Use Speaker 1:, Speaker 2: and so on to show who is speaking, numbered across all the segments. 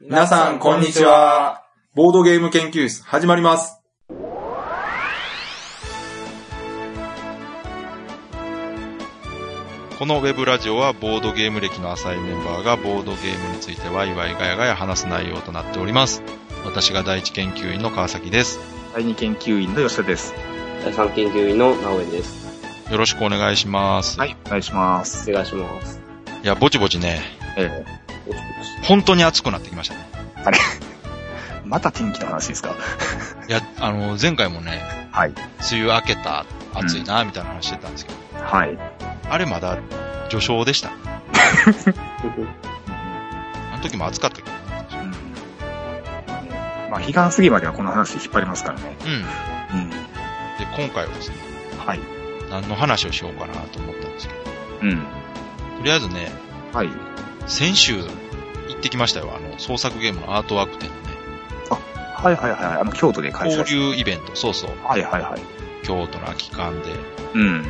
Speaker 1: 皆さん、こんにちは。ボードゲーム研究室、始まります。
Speaker 2: このウェブラジオはボードゲーム歴の浅いメンバーがボードゲームについてワイワイガヤガヤ話す内容となっております。私が第一研究員の川崎です。
Speaker 3: 第二研究員の吉田です。
Speaker 4: 第三研究員の直江です。
Speaker 2: よろしくお願いします。
Speaker 3: はい、お願いします。
Speaker 4: お願いします。
Speaker 2: いや、ぼちぼちね、
Speaker 3: え
Speaker 4: お疲れ様でし
Speaker 2: 本当に暑くなってきましたね。
Speaker 3: ー、また天気の話ですか
Speaker 2: いや、あの、前回もね、
Speaker 3: はい。
Speaker 2: 梅雨明けた、暑いな、みたいな話してたんですけど、
Speaker 3: はい。
Speaker 2: あれまだ序章でした。
Speaker 4: た
Speaker 2: あの時も暑かったけどな。
Speaker 3: うんまあ、悲願過ぎまではこの話引っ張りますからね。
Speaker 2: うん。で、
Speaker 3: うん。
Speaker 2: 今回はですね、
Speaker 3: はい。
Speaker 2: 何の話をしようかなと思ったんですけど、
Speaker 3: うん。
Speaker 2: とりあえずね、
Speaker 3: はい。
Speaker 2: 先週行ってきましたよ。あの、創作ゲームのアートワーク展のね、
Speaker 3: はいはいはい。あの、京都で開
Speaker 2: 交
Speaker 3: 催
Speaker 2: 流
Speaker 3: し
Speaker 2: イベント、そうそう、
Speaker 3: はいはいはい。
Speaker 2: 京都の空き館で
Speaker 3: うん。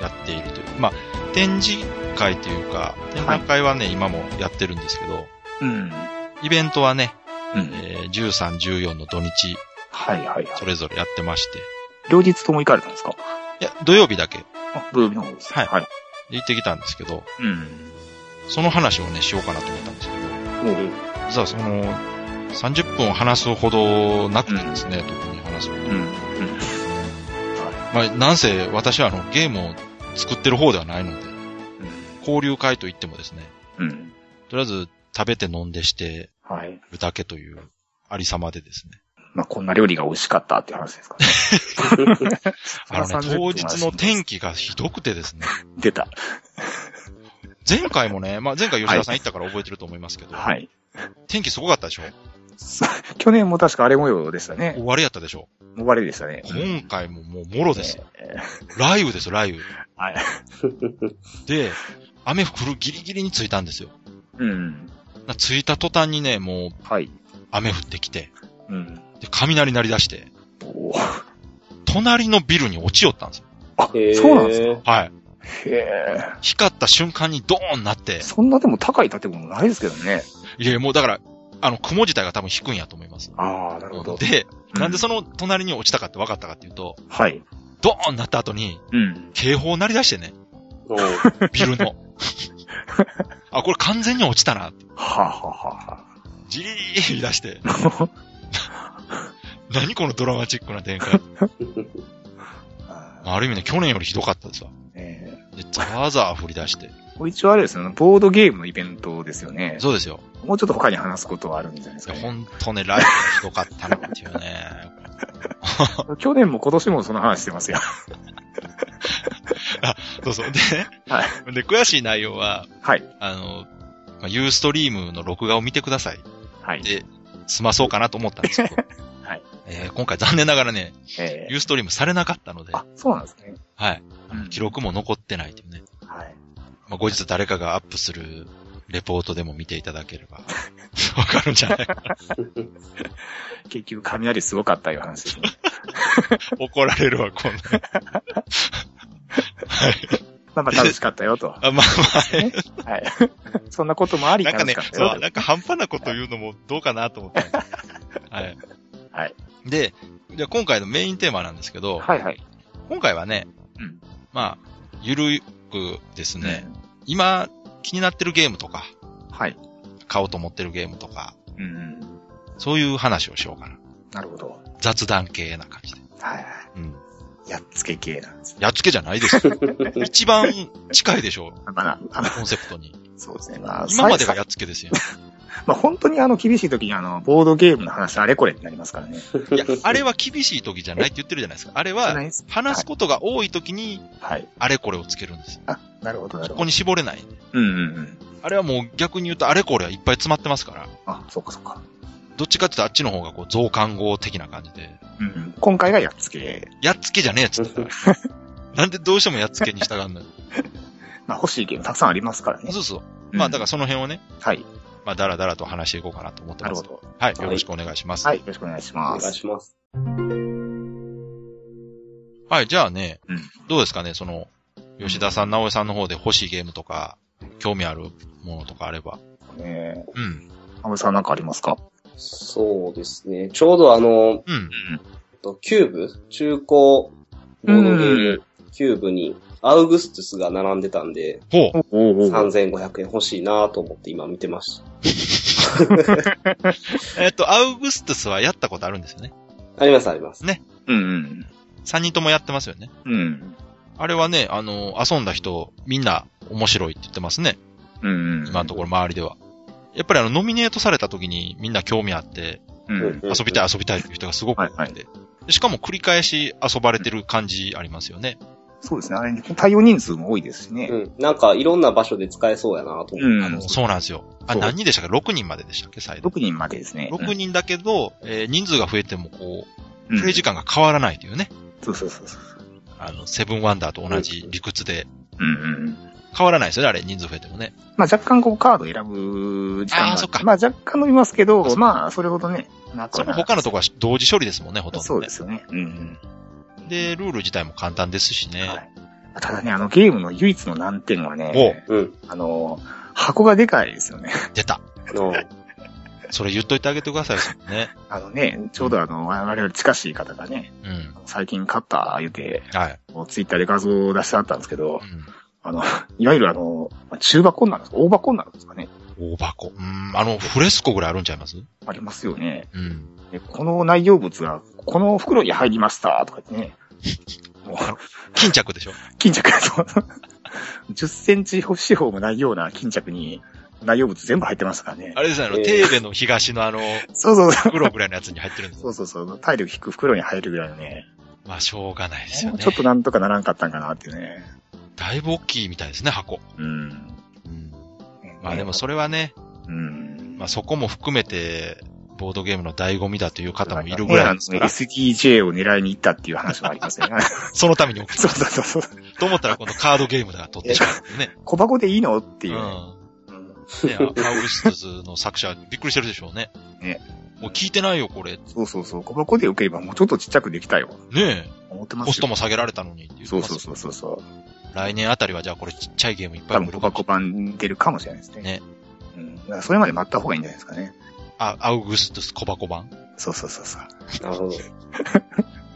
Speaker 2: やっているという。まあ、展示会というか、展覧会はね、今もやってるんですけど、
Speaker 3: うん。
Speaker 2: イベントはね、
Speaker 3: うん。
Speaker 2: えー13、14の土日、
Speaker 3: はいはいはい。
Speaker 2: それぞれやってまして、
Speaker 3: 両日とも行かれたんですか
Speaker 2: いや、土曜日だけ
Speaker 3: あ、土曜日の方です。
Speaker 2: はい
Speaker 3: はい。
Speaker 2: で行ってきたんですけど、
Speaker 3: うん。
Speaker 2: その話をね、しようかなと思ったんですけど、
Speaker 4: うん。
Speaker 2: 実はその、30分話すほどなくてですね、特に話すほど。
Speaker 3: うん。うん。
Speaker 2: まあ、なんせ私はあの、ゲームを作ってる方ではないので、交流会といってもですね、
Speaker 3: うん。うん。
Speaker 2: とりあえず食べて飲んでして、
Speaker 3: はい。
Speaker 2: るだけというありさまでですね。
Speaker 3: まあ、こんな料理が美味しかったっていう話ですかね。
Speaker 2: あのね、
Speaker 3: 30
Speaker 2: 当
Speaker 3: 分
Speaker 2: 日の天気がひどくてですね。
Speaker 3: 出た。
Speaker 2: 前回も ね、まあ前回吉田さん行ったから覚えてると思いますけど、
Speaker 3: はい。
Speaker 2: 天気すごかったでしょ
Speaker 3: 去年も確かあれ模様でしたね。
Speaker 2: 終わりやったでしょ
Speaker 3: モバレでしたね。
Speaker 2: 今回ももうもろですよ。
Speaker 3: え
Speaker 2: 雷雨ですよ、雷雨。
Speaker 3: はい。
Speaker 2: で、雨降るギリギリに着いたんですよ。
Speaker 3: うん。
Speaker 2: な着いた途端にね、もう
Speaker 3: はい。
Speaker 2: 雨降ってきて、
Speaker 3: うん。
Speaker 2: で、雷鳴り出して、
Speaker 3: お
Speaker 2: 隣のビルに落ちよったんですよ。
Speaker 3: あ
Speaker 4: へー
Speaker 3: そうなんですか
Speaker 2: はい。
Speaker 3: へえ。
Speaker 2: 光った瞬間にドーンなって、
Speaker 3: そんなでも高い建物ないですけどね。
Speaker 2: いや、もうだから、あの、雲自体が多分低いんやと思います。
Speaker 3: ああ、なるほど。
Speaker 2: で、
Speaker 3: う
Speaker 2: なんでその隣に落ちたかって分かったかっていうと、
Speaker 3: はい。
Speaker 2: ドーンなった後に
Speaker 3: うん。
Speaker 2: 警報鳴り出してね、
Speaker 4: おう
Speaker 2: ビル の。あ、これ完全に落ちたなって。
Speaker 3: はあ、はあは
Speaker 2: じりりり出 して、
Speaker 3: あは
Speaker 2: 何このドラマチックな展開。
Speaker 3: あ。
Speaker 2: ある意味ね、去年よりひどかったですわ。
Speaker 3: え
Speaker 2: で、ザーザー降り出して。
Speaker 3: ーこれ一応あれですよね、ボードゲームのイベントですよね。
Speaker 2: そうですよ。
Speaker 3: もうちょっと他に話すことはあるんじゃないです
Speaker 2: い
Speaker 3: か
Speaker 2: や、
Speaker 3: ね、
Speaker 2: ほんとね、ライブひどかったなっていうね。
Speaker 3: 去年も今年もその話してますよ。
Speaker 2: そうそう。で、
Speaker 3: は
Speaker 2: で、悔しい内容は、
Speaker 3: はい。
Speaker 2: あの、まあ、ユーストリームの録画を見てください。
Speaker 3: はい。
Speaker 2: で、済まそうかなと思ったんですけ ど。
Speaker 3: はい
Speaker 2: えー今回残念ながらね、
Speaker 3: え
Speaker 2: ユーストリームされなかったので、
Speaker 3: ー、あ、そうなんですね。
Speaker 2: はい。あの記録も残ってないというね。
Speaker 3: はい。
Speaker 2: まあ、後日誰かがアップするレポートでも見ていただけれ ば、わかるんじゃない
Speaker 3: 結局、雷すごかったいう話ですね。
Speaker 2: 怒られるわ、こんな。はい。
Speaker 3: まあまあ楽しかったよと。は
Speaker 2: あ、まあま
Speaker 3: い。 そんなこともあ
Speaker 2: あ、
Speaker 3: り
Speaker 2: なん
Speaker 3: 楽
Speaker 2: かね
Speaker 3: しかっ、たよ
Speaker 2: そう、
Speaker 3: と。
Speaker 2: なんか半端なこと言うのもどうかなと思 ったんですけど。はい。
Speaker 3: はい。
Speaker 2: で、じゃあ今回のメインテーマなんですけど、
Speaker 3: はいはい。
Speaker 2: 今回はね、
Speaker 3: うん
Speaker 2: まあ、ゆるくですね、今気になってるゲームとか、
Speaker 3: はい。
Speaker 2: 買おうと思ってるゲームとか、
Speaker 3: うんうん。
Speaker 2: そういう話をしようかな。
Speaker 3: なるほど。
Speaker 2: 雑談系な感じで。
Speaker 3: はいは
Speaker 2: うん。
Speaker 3: い。やっつけ系なんですね。
Speaker 2: やっつけじゃない ですよ。一番近いでしょ
Speaker 3: まあな、あの、
Speaker 2: コンセプト に。
Speaker 3: そうですね。まあ、
Speaker 2: 今までが
Speaker 3: さい
Speaker 2: やっつけですよ。
Speaker 3: さいまあ本当にあの厳しい時にあの、ボードゲームの話あれこれってなりますからね。
Speaker 2: いや、あれは厳しい時じゃないって言ってるじゃないですか。あれ
Speaker 3: じゃな
Speaker 2: は、
Speaker 3: いです
Speaker 2: 話すことが多い時に、
Speaker 3: はい。
Speaker 2: あれこれをつけるんですよ。
Speaker 3: あ、なるほど、な
Speaker 2: こ
Speaker 3: るほ
Speaker 2: こ
Speaker 3: ど。
Speaker 2: に絞れない。
Speaker 3: うんうんうん。
Speaker 2: あれはもう逆に言うと、あれこれはいっぱい詰まってますから、
Speaker 3: あ、そっかそっか。
Speaker 2: どっちかっていうとあっちの方がこう増刊号的な感じで、
Speaker 3: うんうん。今回がやっつけ。
Speaker 2: やっつけじゃねえっつって たらなんでどうしてもやっつけに従うのよ。
Speaker 3: まあ欲しいゲームたくさんありますからね。
Speaker 2: そうそう。まあだからその辺をね、
Speaker 3: ら。はい。
Speaker 2: まあだらだらと話していこうかなと思って
Speaker 3: な
Speaker 2: ま
Speaker 3: る
Speaker 2: す
Speaker 3: ほ。ど。
Speaker 2: はい、よろしくお願いします。
Speaker 3: は。
Speaker 2: はいい。
Speaker 3: よろしくお願いし
Speaker 4: お
Speaker 3: ま
Speaker 4: 願い
Speaker 3: す。
Speaker 4: します。
Speaker 2: じゃあね、
Speaker 3: うん
Speaker 2: どうですかね、その、吉田さん、直江さんの方で欲しいゲームとか、興味あるものとかあれば。
Speaker 3: ね
Speaker 2: うん。
Speaker 3: 安部さんなんかありますか
Speaker 4: そうですね。ちょうどあの、
Speaker 2: うん。
Speaker 4: とキューブ中古ボードゲーム、キューブにアウグストゥスが並んでたんで、
Speaker 2: ほう。
Speaker 3: おおお
Speaker 4: 3500円欲しいなと思って今見てました。
Speaker 2: えっと、アウグストゥスはやったことあるんですよね。
Speaker 4: ありますあります。
Speaker 3: うん
Speaker 2: 3人ともやってますよね。
Speaker 3: うん。うん。
Speaker 2: あれはね、あの、遊んだ人、みんな面白いって言ってますね。
Speaker 3: うん。
Speaker 2: 今のところ周りでは。やっぱりあの、ノミネートされた時にみんな興味あって、
Speaker 3: ろ。うん。
Speaker 2: 遊びたい遊びたいっていう人がすごく多くて。
Speaker 3: はいは
Speaker 2: でしかも繰り返し遊ばれてる感じありますよね。
Speaker 3: そうですね。あれ、対応人数も多いですしね
Speaker 4: う。ん。なんかいろんな場所で使えそうやなと思って。
Speaker 3: うん
Speaker 2: あの、そうなんですよ。あ、
Speaker 4: そう
Speaker 2: 何人でしたっけ ?6 人まででしたっけ最大。
Speaker 3: 6人までですね。
Speaker 2: 6人だけど、えー人数が増えてもこう、
Speaker 3: うん
Speaker 2: プレイ時間が変わらないというね。
Speaker 3: そうそうそうそう。
Speaker 2: あの、セブンワンダーと同じ理屈で、
Speaker 3: うんうん。
Speaker 2: 変わらないですよね、あれ、人数増えてもね。
Speaker 3: まあ若干こうカード選ぶ時間
Speaker 2: あー
Speaker 3: が
Speaker 2: そっか
Speaker 3: まあ若干伸びますけ
Speaker 2: あそっ
Speaker 3: ど、
Speaker 2: か
Speaker 3: まあそれほどね、なく
Speaker 2: そ
Speaker 3: は
Speaker 2: の
Speaker 3: ない
Speaker 2: 他のとこは同時処理ですもんね、ほとんど、ね。
Speaker 3: そうですよね。うん
Speaker 2: で、ルール自体も簡単ですしね。
Speaker 3: うん。はいただね、あのゲームの唯一の難点はね、
Speaker 4: うん。
Speaker 3: あの、箱がでかいですよね。
Speaker 2: 出た。
Speaker 4: うん
Speaker 2: それ言っといてあげてくださいよ、それね。
Speaker 3: あのね、ちょうどあの、我々より近しい方がね、
Speaker 2: うん。
Speaker 3: 最近買った言うて、
Speaker 2: はい。
Speaker 3: ツイッターで画像を出してあったんですけど
Speaker 2: う、ん。
Speaker 3: あの、 いわゆるあの、中箱になるんですか大箱になるんですかね。
Speaker 2: 大箱。うん。あの、フレスコぐらいあるんちゃいます
Speaker 3: ありますよね。
Speaker 2: うん。
Speaker 3: でこの内容物が、この袋に入りました、とか言ってね。もう
Speaker 2: 巾着でしょ
Speaker 3: 巾着がそう。10セ ンチ四方もないような巾着に内容物全部入ってましたからね
Speaker 2: あ。れですね、あの、
Speaker 4: ええ
Speaker 2: テーベの東のあの、
Speaker 3: そうそうそう。
Speaker 2: 袋ぐらいのやつに入ってるんです
Speaker 3: そうそうそう。体力引く袋に入るぐらいのね。
Speaker 2: まあ、しょうがないですよ
Speaker 3: もう
Speaker 2: ね。
Speaker 3: ちょっとなんとかならんかったんかなっていうね。
Speaker 2: だいぶ大きいみたいですね、箱。
Speaker 3: うん。
Speaker 2: うん。まあでもそれはね、
Speaker 3: うん。
Speaker 2: まあそこも含めて、ボードゲームの醍醐味だという方もいるぐ
Speaker 3: ね
Speaker 2: ら
Speaker 3: あ
Speaker 2: い
Speaker 3: の
Speaker 2: ですから、
Speaker 3: SDJ を狙いに行ったっていう話もありますよ ね。
Speaker 2: そのために送っ
Speaker 3: そうそうそうそう。
Speaker 2: と思ったら、このカードゲームだが取ってしまうね。
Speaker 3: 小箱でいいのって
Speaker 2: うん。
Speaker 3: いう
Speaker 2: ね
Speaker 3: ね。
Speaker 2: アウグストゥズの作者、びっくりしてるでしょうね。
Speaker 3: ね
Speaker 2: もう聞いてないよ、これ。
Speaker 3: そうそうそう。小箱で受ければもうちょっとちっちゃくできたよ。
Speaker 2: ね
Speaker 3: 思って
Speaker 2: え。
Speaker 3: ますよ。
Speaker 2: コストも下げられたのにっていう。
Speaker 3: そうそうそうそうそう。
Speaker 2: 来年あたりは、じゃあこれちっちゃいゲームいっぱい
Speaker 3: 多
Speaker 2: 売
Speaker 3: 分
Speaker 2: れ
Speaker 3: 小
Speaker 2: るかも
Speaker 3: 箱版出るかもしれないですね。
Speaker 2: ね
Speaker 3: うん。だからそれまで待った方がいいんじゃないですかね。
Speaker 2: あ、アウグストゥス小箱版。
Speaker 3: そうそうそうそう。
Speaker 4: なるほど。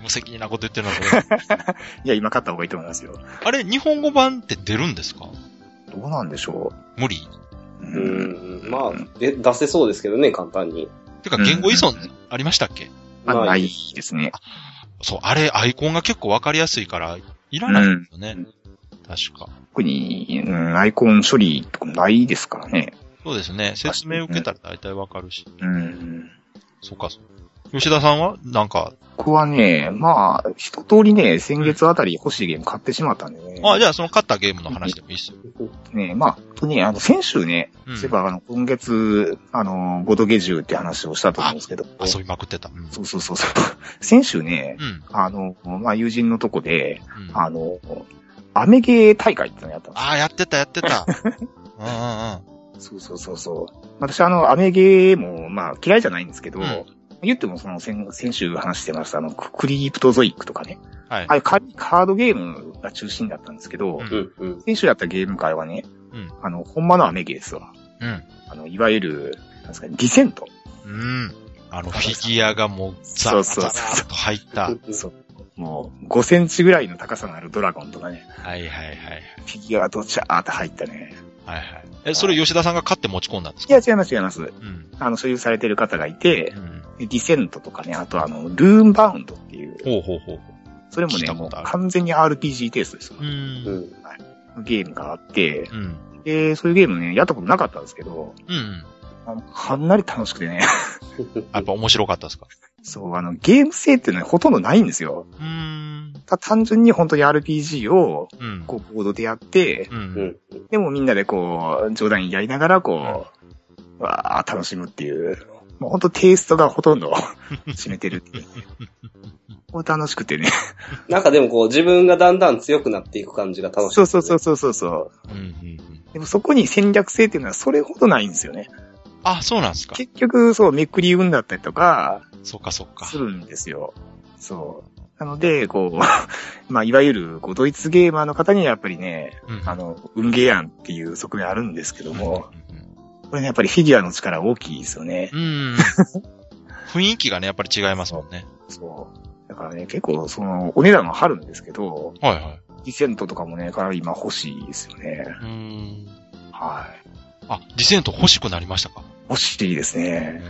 Speaker 2: 無責任なこと言ってるな、これ。
Speaker 3: いや、今買った方がいいと思いますよ。
Speaker 2: あれ、日本語版って出るんですか
Speaker 3: どうなんでしょ
Speaker 2: 無理
Speaker 3: う。
Speaker 4: う
Speaker 3: うん。
Speaker 4: ん。まあ、で出せそうですけどね、簡単に。
Speaker 2: てか、言語依存ありましたっけ
Speaker 3: まあ、
Speaker 4: まあ
Speaker 3: ないい
Speaker 4: い
Speaker 3: ですね。
Speaker 2: そう、あれ、アイコンが結構わかりやすいから、いらないですよね。
Speaker 4: うん
Speaker 2: 確か。
Speaker 3: 特に、うん、アイコン処理とかもないですからね。
Speaker 2: そうですね。説明受けたら大体わかるし。
Speaker 3: うん。
Speaker 2: そうか、そう。吉田さんはなんか、
Speaker 3: 僕はね、まあ、一通りね、先月あたり欲しいゲーム買ってしまったんでね。
Speaker 2: あ、じゃあその勝ったゲームの話でもいいっすよ。
Speaker 3: ね、まあ、本当に、あの、先週ね、
Speaker 2: うん
Speaker 3: そういえば、あの、今月、あの、ボドゲジュって話をしたと思うんですけど。
Speaker 2: 遊びまくってた。うん。うん。
Speaker 3: そうそうそうそう。 先週ね、あの、まあ、友人のとこで、
Speaker 2: うん
Speaker 3: あの、アメゲー大会ってのやったんですよ
Speaker 2: ああ、やってた、やって た。うん
Speaker 3: そうそうそうそう。私、あの、アメゲーも、まあ、嫌いじゃないんですけど、
Speaker 2: うん
Speaker 3: 言っても、その、先先週話してました、あの、ククリプトゾイックとかね。
Speaker 2: はい
Speaker 3: あれカ、カードゲームが中心だったんですけど、
Speaker 2: う
Speaker 4: う
Speaker 2: ん
Speaker 4: んうん。
Speaker 3: 先週やったゲーム会はね、
Speaker 2: うん
Speaker 3: あの、ほんまのアメゲーですわ。
Speaker 2: うんうん。
Speaker 3: あの、いわゆる、なんですか、ディセント。
Speaker 2: うん。うん。あの、フィギュアがもう、ザ
Speaker 3: そ
Speaker 2: ー
Speaker 3: うそう
Speaker 2: ザ
Speaker 3: そ
Speaker 2: ー
Speaker 3: う
Speaker 2: っと入った。はい
Speaker 3: そう。もう、5センチぐらいの高さのあるドラゴンとかね、
Speaker 2: はいはいはい。
Speaker 3: フィギュアがドチャーって入ったね。
Speaker 2: はいはい。え、それ吉田さんが勝って持ち込んだんです
Speaker 3: い
Speaker 2: か
Speaker 3: や、違います、違います。
Speaker 2: うん。
Speaker 3: あの、所有されてる方がいて
Speaker 2: う、ん。
Speaker 3: ディセントとかね、あとあの、ルーンバウンドっていう、
Speaker 2: ほうほうほうほ
Speaker 3: それも
Speaker 2: 聞い
Speaker 3: ね、
Speaker 2: たこ
Speaker 3: もう
Speaker 2: とある
Speaker 3: 完全に RPG テイストですよ
Speaker 2: う。う。。
Speaker 4: うんん。
Speaker 3: ゲームがあって、
Speaker 2: うん。
Speaker 3: で、そういうゲームね、やったことなかったんですけど、
Speaker 2: うん。
Speaker 3: あのかなり楽しくてね、
Speaker 2: やっぱ面白かったですか
Speaker 3: そう、あの、ゲーム性っていうのはほとんどないんですよ。
Speaker 2: うーん。
Speaker 3: た単純に本当に RPG を、
Speaker 2: うん。
Speaker 3: こう、ボードでやって、
Speaker 2: う。
Speaker 4: うんん。
Speaker 3: でもみんなでこう、冗談やりながら、こう、わー、楽しむっていう、もう本当テイストがほとんど 占めてるっていう。もう楽しくてね。
Speaker 4: なんかでもこう、自分がだんだん強くなっていく感じが楽しい。
Speaker 3: そうそうそうそうそうそう。
Speaker 2: うんうん。
Speaker 3: でもそこに戦略性っていうのはそれほどないんですよね。
Speaker 2: あ、そうなんですか。
Speaker 3: 結局、そう、めくり運だったりとか、
Speaker 2: そっかそっか
Speaker 3: す。るんですよ。そう。なので、こう、 まあ、いわゆる、こう、ドイツゲーマーの方にはやっぱりね、
Speaker 2: うん
Speaker 3: あの、運ゲー案っていう側面あるんですけども、
Speaker 2: うんうん
Speaker 3: これね、やっぱりフィギュアの力大きいですよね。
Speaker 2: うん。雰囲気がね、やっぱり違いますもんね。
Speaker 3: そう。だからね、結構、その、お値段は張るんですけど、
Speaker 2: はいはい。
Speaker 3: リセントとかもね、かなり今欲しいですよね。
Speaker 2: うん。
Speaker 3: はい。
Speaker 2: あ、ディセント欲しくなりましたか
Speaker 3: 欲しいです
Speaker 2: う
Speaker 3: ね。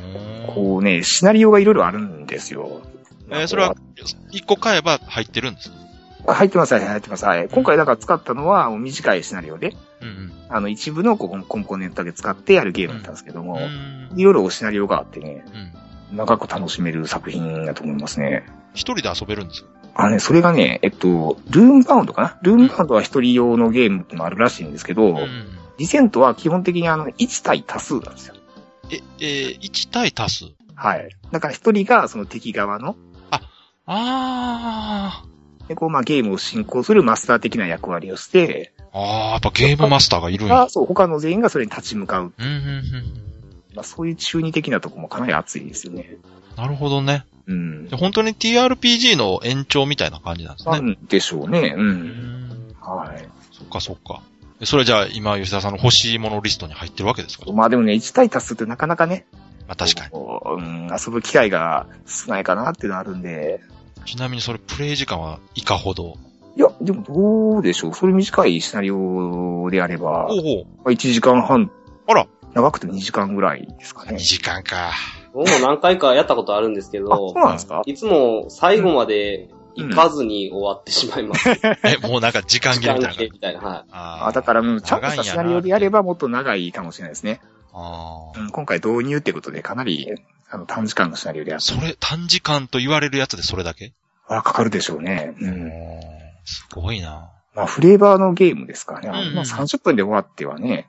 Speaker 2: ん。
Speaker 3: こうね、シナリオがいろいろあるんですよ。
Speaker 2: えーそれは、一個買えば入ってるんですか
Speaker 3: あ入ってます、はい入ってます。はい。今回だから使ったのは、もう短いシナリオで、
Speaker 2: うん
Speaker 3: あの、一部のこうコンポーネントだけ使ってやるゲームだったんですけど
Speaker 2: う
Speaker 3: も
Speaker 2: ん。う、ん。
Speaker 3: いろいろシナリオがあってね、
Speaker 2: うん
Speaker 3: 長く楽しめる作品だと思いますね。
Speaker 2: 一人で遊べるんですか
Speaker 3: あのね、それがね、えっと、ルームバウンドかなルームバウンドは一人用のゲームってのもあるらしいんですけど、
Speaker 2: うん。
Speaker 3: リセントは基本的にあの、1対多数なんですよ。
Speaker 2: え、えー、1対多数。
Speaker 3: はい。だから一人がその敵側の、
Speaker 2: あ
Speaker 3: で、こう、まあ、ゲームを進行するマスター的な役割をして、
Speaker 2: ー。あー、やっぱゲームマスターがいるんや
Speaker 3: あ。そう、他の全員がそれに立ち向かう。
Speaker 2: うん、うん、うん。
Speaker 3: まあ、そういう中二的なとこもかなり熱いですよね。
Speaker 2: なるほどね。
Speaker 3: うん
Speaker 2: で。本当に TRPG の延長みたいな感じなんです
Speaker 3: な
Speaker 2: ね。
Speaker 3: んでしょうね。う。
Speaker 2: うんん。
Speaker 3: はい。
Speaker 2: そっかそっか。えそれじゃあ今吉田さんの欲しいものリストに入ってるわけですかま
Speaker 3: まあでもね、1対多数ってなかなかね、
Speaker 2: あ確かに。
Speaker 3: こううん、遊ぶ機会が少ないかなっていうのはあるんで、
Speaker 2: ちなみにそれプレイ時間はいかほど。
Speaker 3: いや、でもどうでしょう。それ短いシナリオであれば、
Speaker 2: おうおう
Speaker 3: まあ1時間半。
Speaker 2: あら。
Speaker 3: 長くて2時間ぐらいですか
Speaker 2: 2
Speaker 3: ね。
Speaker 2: 時間か。
Speaker 4: 僕も何回かやったことあるんですけ
Speaker 3: あ、そ
Speaker 4: ど、
Speaker 3: うなんですか
Speaker 4: いつも最後まで行かずに終わってしまいます。
Speaker 2: え、もうなんか時間
Speaker 4: 時
Speaker 2: 切れ
Speaker 4: 間
Speaker 2: みたいな
Speaker 4: 切
Speaker 2: 感
Speaker 4: れ
Speaker 2: じ。
Speaker 4: みたいな。はい。
Speaker 2: あ
Speaker 3: あ、だから、うんちゃんと
Speaker 2: 長いんや
Speaker 3: した
Speaker 2: な
Speaker 3: シナリオでやればもっと長いかもしれないですね。
Speaker 2: あ
Speaker 3: う
Speaker 2: ー
Speaker 3: ん、今回導入ってことでかなり、あの、短時間のシナリオでやっ
Speaker 2: それ、短時間と言われるやつでそれだけ
Speaker 3: はかかるでしょうね。うん。
Speaker 2: おーすごいな。
Speaker 3: まあ、フレーバーのゲームですからね。あの
Speaker 2: うんうん
Speaker 3: まあ、30分で終わってはね、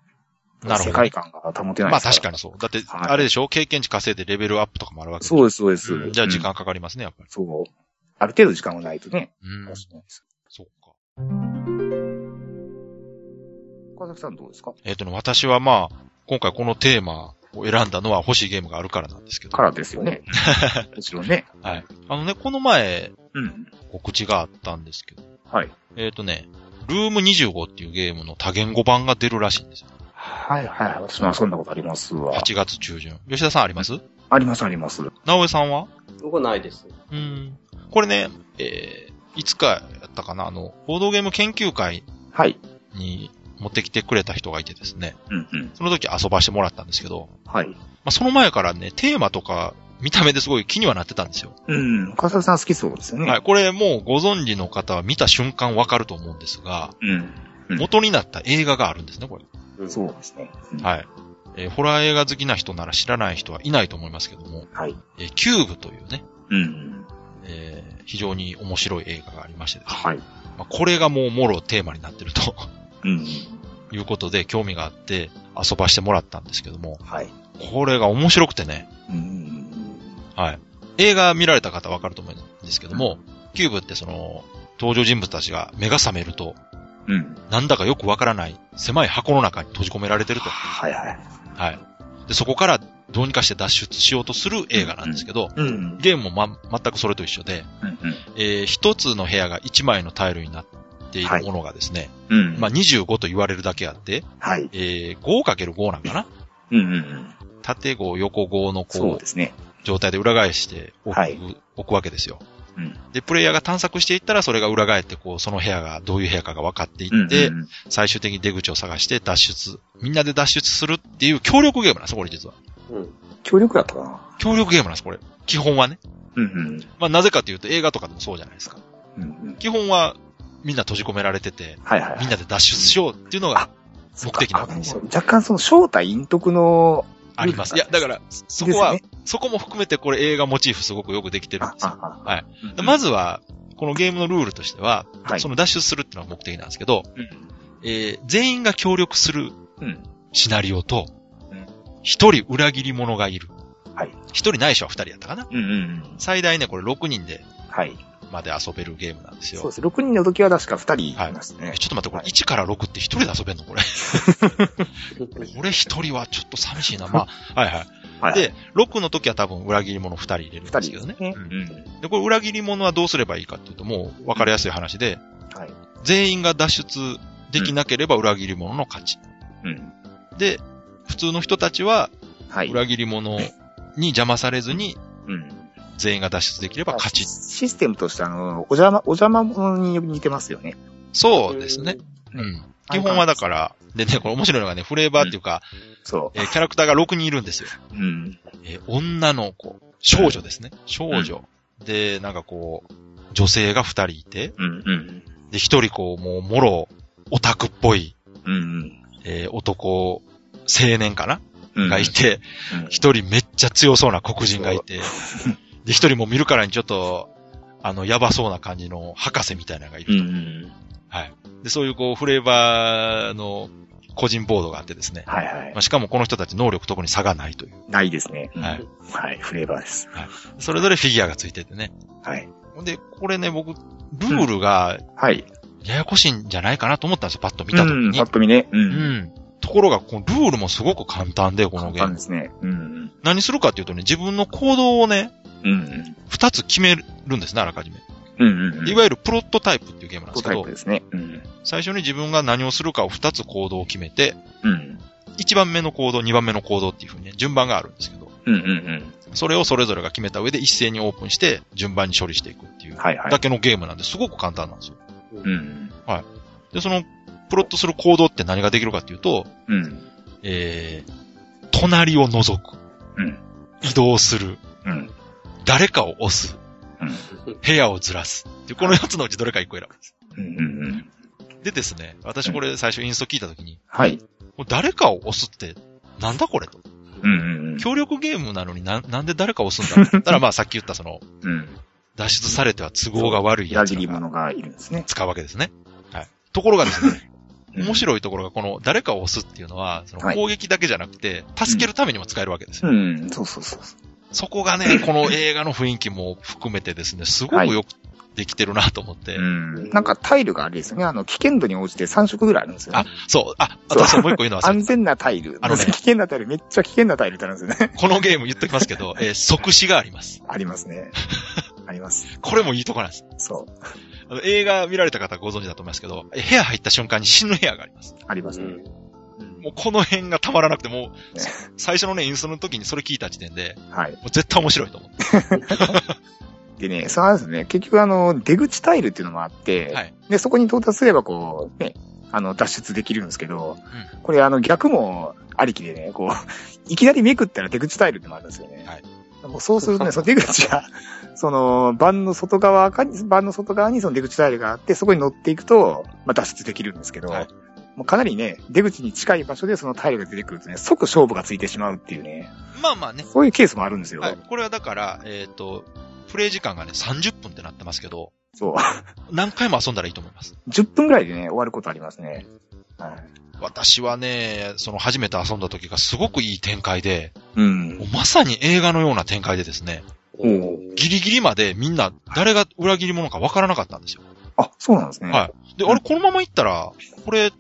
Speaker 2: なるほど
Speaker 3: 世
Speaker 2: ね
Speaker 3: 界。観が保てない
Speaker 2: ま
Speaker 3: で
Speaker 2: あ
Speaker 3: すか
Speaker 2: 確か
Speaker 3: ら。
Speaker 2: にそう。だって、
Speaker 3: はい
Speaker 2: あれでしょ経験値稼いでレベルアップとかもあるわけで
Speaker 3: そうです、そうです。
Speaker 2: うんじゃあ時
Speaker 3: うん
Speaker 2: 間かかりますね、やっぱり。
Speaker 3: そう。ある程度時間がないとね、
Speaker 2: うん
Speaker 3: 楽。しめないです。
Speaker 2: そっか。
Speaker 3: 岡崎さんどうですか
Speaker 2: えっとね、私はまあ、今回このテーマを選んだのは欲しいゲームがあるからなんですけど。
Speaker 3: からですよ ね。もちろんね。
Speaker 2: はい。あのね、この前、
Speaker 3: うん。
Speaker 2: 告知があったんですけど。
Speaker 3: はい。
Speaker 2: えっ、とね、ルーム25っていうゲームの多言語版が出るらしいんですよ。
Speaker 3: はいはい。私も遊んだことありますわ。
Speaker 2: 8月中旬。吉田さんあります
Speaker 3: ありますあります。
Speaker 2: 直江さんは
Speaker 4: 僕はないです。
Speaker 2: うん。これね、えー、いつかやったかな、あの、ボードゲーム研究会
Speaker 3: はい。
Speaker 2: に持ってきてくれた人がいてですね、
Speaker 3: うんうん。
Speaker 2: その時遊ばしてもらったんですけど、
Speaker 3: はい。
Speaker 2: まあ、その前からね、テーマとか、見た目ですごい気にはなってたんですよ。
Speaker 3: うん。岡崎さん好きそうですよね。
Speaker 2: はい。これもうご存知の方は見た瞬間わかると思うんですが、
Speaker 3: うん。うん
Speaker 2: 元になった映画があるんですね、これ。
Speaker 4: うん
Speaker 3: そうですね。うん
Speaker 2: はい。えーホラー映画好きな人なら知らない人はいないと思いますけども、
Speaker 3: はい。
Speaker 2: えーキューブというね、
Speaker 3: うん。
Speaker 2: えー非常に面白い映画がありましてですね、
Speaker 3: はい。
Speaker 2: まあ、これがもうもろテーマになってると
Speaker 3: うん。
Speaker 2: いうことで興味があって遊ばしてもらったんですけども、
Speaker 3: はい。
Speaker 2: これが面白くてね、
Speaker 3: うん。
Speaker 2: はい。映画見られた方わかると思うんですけども、キューブってその、登場人物たちが目が覚めると、
Speaker 3: うん。
Speaker 2: なんだかよくわからない狭い箱の中に閉じ込められてると。
Speaker 3: はいはい。
Speaker 2: はい。で、そこからどうにかして脱出しようとする映画なんですけど、
Speaker 3: うん。うん
Speaker 2: ゲームもま、全くそれと一緒で、えー一つの部屋が一枚のタイルになっているものがですね、
Speaker 3: うん。うん。
Speaker 2: まあ、25と言われるだけあって、
Speaker 3: はい。
Speaker 2: えー 5×5 なんかな
Speaker 3: うんうんうん。
Speaker 2: 縦5、横5の
Speaker 3: そう
Speaker 2: こ
Speaker 3: ですね。
Speaker 2: う、状態で裏返して置く,、
Speaker 3: はい
Speaker 2: 置くわけですよ。
Speaker 3: うん
Speaker 2: で、プレイヤーが探索していったら、それが裏返って、こう、その部屋がどういう部屋かが分かってい
Speaker 3: うん。
Speaker 2: って、
Speaker 3: うんうん、
Speaker 2: 最終的に出口を探して脱出、みんなで脱出するっていう協力ゲームなんです、これ実は。
Speaker 4: うん。
Speaker 3: 協力だったかな
Speaker 2: 協力ゲームなんです、これ。基本はね。
Speaker 3: うんうん。
Speaker 2: まあ、なぜかというと映画とかでもそうじゃないですか。
Speaker 3: うんうん。
Speaker 2: 基本は、みんな閉じ込められてて、
Speaker 3: はいはいはい。
Speaker 2: みんなで脱出しようっていうのが目的なわけですよ。
Speaker 3: 若干その正体隠匿の、
Speaker 2: あります。いや、だから、そ
Speaker 3: で
Speaker 2: こ
Speaker 3: すよ
Speaker 2: は
Speaker 3: ね、、
Speaker 2: そこも含めてこれ映画モチーフすごくよくできてるん
Speaker 3: あ
Speaker 2: ですよ。
Speaker 3: ああ
Speaker 2: はい
Speaker 3: うん
Speaker 2: でまずは、このゲームのルールとしては、
Speaker 3: はい
Speaker 2: その脱出するっていうのが目的なんですけど、
Speaker 3: うん
Speaker 2: えー全員が協力する
Speaker 3: うん。
Speaker 2: シナリオと
Speaker 3: うん、
Speaker 2: 一人裏切り者がいる。
Speaker 3: はい
Speaker 2: 一人ないしは二人やったかな。
Speaker 3: うんうんうん。
Speaker 2: 最大ね、これ6人で
Speaker 3: はい。
Speaker 2: まで遊べるゲームなんですよ。
Speaker 3: そうです。6人の時は確か2人いましたね
Speaker 2: え。ちょっと待って、これ
Speaker 3: はい
Speaker 2: 1から6って一人で遊べんのこれ。これ一人はちょっと寂しいな。 まあ、はいはい。
Speaker 3: はい。
Speaker 2: で、6の時は多分裏切り者2人入れるんで
Speaker 3: 2
Speaker 2: す
Speaker 3: 人
Speaker 2: けど
Speaker 3: です
Speaker 2: ね
Speaker 3: ね。。
Speaker 2: うんで、これ裏切り者はどうすればいいかっていうと、もう分かりやすい話で、
Speaker 3: うんはい。
Speaker 2: 全員が脱出できなければ裏切り者の勝ち。
Speaker 3: うん。
Speaker 2: で、普通の人たちは、
Speaker 3: はい。
Speaker 2: 裏切り者に邪魔されずに、
Speaker 3: うん。
Speaker 2: 全員が脱出できれば勝ち。
Speaker 3: システムとして、あの、お邪魔、お邪魔者に似てますよね。
Speaker 2: そうですね。。
Speaker 3: う
Speaker 2: うんん。基本はだから、でね、これ面白いのがね、フレーバーっていうか、
Speaker 3: そ
Speaker 2: えーキャラクターが6人いるんですよ。
Speaker 3: う。うん。
Speaker 2: えー女の子、少女ですね。少女。で、なんかこう、女性が2人いて、
Speaker 3: うん、うん。
Speaker 2: で、1人こう、もう、もろ、オタクっぽい、
Speaker 3: うん。
Speaker 2: えー男、青年かな
Speaker 3: うん。
Speaker 2: がいて、
Speaker 3: うん、
Speaker 2: 一人めっちゃ強そうな黒人がいて、で、一人も見るからにちょっと、あの、やばそうな感じの博士みたいなのがいる
Speaker 3: う
Speaker 2: と。
Speaker 3: ん。
Speaker 2: で、そういうこう、フレーバーの個人ボードがあってですね。
Speaker 3: はいはい
Speaker 2: まあ、。しかもこの人たち能力特に差がないという。
Speaker 3: ないですね。うん
Speaker 2: はい。
Speaker 3: はい。フレーバーです。
Speaker 2: それぞれフィギュアがついててね。
Speaker 3: はい。
Speaker 2: ほんで、これね、僕、ルールが
Speaker 3: はい。
Speaker 2: ややこしいんじゃないかなと思ったんですよ、パッと見た時
Speaker 3: うん、
Speaker 2: に
Speaker 3: パッ。と見ね。う。
Speaker 2: うんん。ところが、このルールもすごく簡単で、この
Speaker 3: 簡
Speaker 2: ゲー
Speaker 3: 単
Speaker 2: ム
Speaker 3: で。すね。うん。
Speaker 2: 何するかっていうとね、自分の行動をね、
Speaker 3: うん。
Speaker 2: 二つ決めるんですね、あらかじめ。
Speaker 3: うん。うん。うん
Speaker 2: いわゆるプロットタイプっていうゲームなんで
Speaker 3: プ
Speaker 2: すけ
Speaker 3: ロタイ
Speaker 2: ど
Speaker 3: プ、ですね。うん。
Speaker 2: 最初に自分が何をするかを2つ行動を決めて、
Speaker 3: うん。
Speaker 2: 1番目の行動、2番目の行動っていうふうにね、順番があるんですけど、
Speaker 3: うん。うん。
Speaker 2: それをそれぞれが決めた上で一斉にオープンして、順番に処理していくっていう
Speaker 3: はいはい
Speaker 2: だ。けのゲームなんで、すごく簡単なんですよ。
Speaker 3: うん。
Speaker 2: で、その、プロットする行動って何ができるかっていうと、
Speaker 3: うん。
Speaker 2: えー、隣を覗く、
Speaker 3: うん。
Speaker 2: 移動する、
Speaker 3: うん。
Speaker 2: 誰かを押す、
Speaker 3: うん。
Speaker 2: 部屋をずらす。っていうこの4つのうちどれか1個選ぶ。
Speaker 3: うん。うん。うん。
Speaker 2: でですね、私これ最初インスト聞いた時に、
Speaker 3: はい。
Speaker 2: もう誰かを押すって、なんだこれと。
Speaker 3: うん。うん。
Speaker 2: 協力ゲームなのにな、なんで誰か押すんだろうっ て言ったら、まあさっき言ったその、
Speaker 3: うん。
Speaker 2: 脱出されては都合が悪いや
Speaker 3: 裏
Speaker 2: つ
Speaker 3: 切り
Speaker 2: が
Speaker 3: 者がいるんですね。
Speaker 2: 使うわけですね。はい。ところがですね、面
Speaker 3: い。
Speaker 2: 白いところがこの誰かを押すっていうのは、その
Speaker 3: はい
Speaker 2: 攻撃だけじゃなくて、助けるためにも使えるわけですよ。
Speaker 3: うん。そうそうそう。
Speaker 2: そこが ね、この映画の雰囲気も含めてですね、すごくよくできてるなと思って。
Speaker 3: うん。なんかタイルがあれですよね。あの、危険度に応じて3色ぐらいあるんですよね。
Speaker 2: あ、そう、あ、
Speaker 3: そう
Speaker 2: 私はもう一個言うのは、
Speaker 3: 安全なタイル。
Speaker 2: あのね
Speaker 3: 危険なタイル、めっちゃ危険なタイルってあるんですよね。
Speaker 2: このゲーム言っときますけど、えー即死があります。
Speaker 3: ありますね。あります。
Speaker 2: これもいいとこなんです。
Speaker 3: そう。
Speaker 2: あの映画見られた方ご存知だと思いますけど、え部屋入った瞬間に死ぬ部屋があります。
Speaker 3: あります
Speaker 4: う
Speaker 3: ね。
Speaker 4: ん
Speaker 2: もうこの辺がたまらなくて、もう、
Speaker 3: ね
Speaker 2: そ最初のね、インストの時にそれ聞いた時点で、
Speaker 3: はい。
Speaker 2: もう絶対面白いと思って。
Speaker 3: でね、そうなんですね。結局あの、出口タイルっていうのもあって、
Speaker 2: はい
Speaker 3: で、そこに到達すればこう、ね、あの、脱出できるんですけど、
Speaker 2: う
Speaker 3: これあの、逆もありきでね、こう、 いきなりめくったら出口タイルってのもあるんですよね。
Speaker 2: はい
Speaker 3: もうそうするとね、その出口が、 その、盤の外側か、盤の外側にその出口タイルがあって、そこに乗っていくと、まあ、脱出できるんですけど、
Speaker 2: はい
Speaker 3: もうかなりね、出口に近い場所でそのタイルが出てくるとね、即勝負がついてしまうっていうね、
Speaker 2: まあまあね。
Speaker 3: そういうケースもあるんですよ。
Speaker 2: はい。これはだから、えっ、と、プレイ時間がね、30分ってなってますけど、
Speaker 3: そう。
Speaker 2: 何回も遊んだらいいと思います。
Speaker 3: 10分ぐらいでね、終わることありますね。はい。
Speaker 2: 私はね、その初めて遊んだ時がすごくいい展開で、
Speaker 3: うん
Speaker 2: もう。まさに映画のような展開でですね、
Speaker 3: お
Speaker 2: ギリギリまでみんな誰が裏切り者かわからなかったんですよ。
Speaker 3: あ、そうなんですね。
Speaker 2: はいで、あれこのまま行ったら、これ、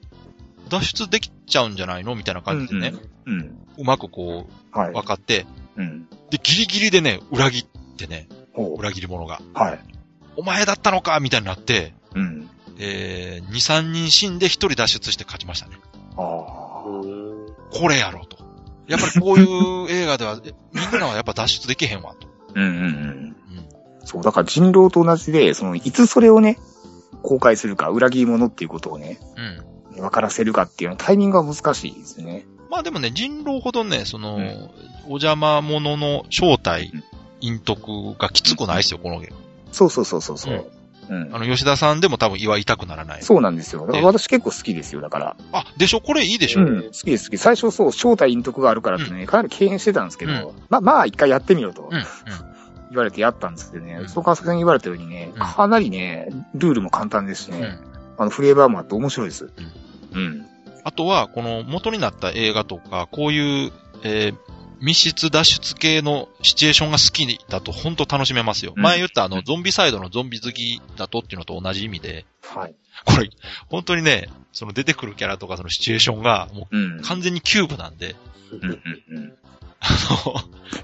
Speaker 2: 脱出できちゃうんじゃないのみたいな感じでね、
Speaker 3: うん。うん。
Speaker 2: うまくこ
Speaker 3: は
Speaker 2: う、
Speaker 3: い。
Speaker 2: 分かって、
Speaker 3: うん。
Speaker 2: で、ギリギリでね、裏切ってね、
Speaker 3: ほ
Speaker 2: 裏切り者が、
Speaker 3: う。はい。
Speaker 2: お前だったのかみたいになって、
Speaker 3: うん。
Speaker 2: えー、2、3人死んで1人脱出して勝ちましたね。
Speaker 3: ああ。
Speaker 4: うん
Speaker 2: これやろうと。やっぱりこういう映画では、え みんなはやっぱ脱出できへんわと。
Speaker 3: うんうんうん。
Speaker 2: うん。
Speaker 3: そう、だから人狼と同じで、その、いつそれをね、公開するか、裏切り者っていうことをね、
Speaker 2: うん。
Speaker 3: 分からせるかっていうのタイミングが難しいですね。
Speaker 2: まあでもね、人狼ほどね、その、
Speaker 3: うん
Speaker 2: お邪魔者の正体
Speaker 3: うん、
Speaker 2: 陰徳がきつくないですよ、このゲーム。
Speaker 3: そうそうそうそうそう。うん。
Speaker 2: あの、吉田さんでも多分胃は痛くならない。
Speaker 3: そうなんですよ。だから私結構好きですよ、だから。
Speaker 2: あ、でしょこれいいでしょ、
Speaker 3: うん、好きです、好き。最初そう、正体隠匿があるからってね、かなり敬遠してたんですけど、まあ、まあ、一回やってみろと
Speaker 2: うん、うん。
Speaker 3: 言われてやったんですけどね、
Speaker 2: うん
Speaker 3: そう川崎さんに言われたようにね、
Speaker 2: うん
Speaker 3: かなりね、ルールも簡単ですしね、
Speaker 2: うん
Speaker 3: あの、フレーバーもあって面白いです。うん。
Speaker 2: あとは、この元になった映画とか、こういう、えー密室脱出系のシチュエーションが好きだと本当楽しめますよ。
Speaker 3: うん
Speaker 2: 前言ったあ
Speaker 3: う
Speaker 2: の、
Speaker 3: ん
Speaker 2: ゾンビサイドのゾンビ好きだとっていうのと同じ意味で、
Speaker 3: はい。
Speaker 2: これ、本当にね、その出てくるキャラとかそのシチュエーションが、も
Speaker 3: うん。
Speaker 2: う完全にキューブなんで、
Speaker 3: うんうんうん
Speaker 2: あの、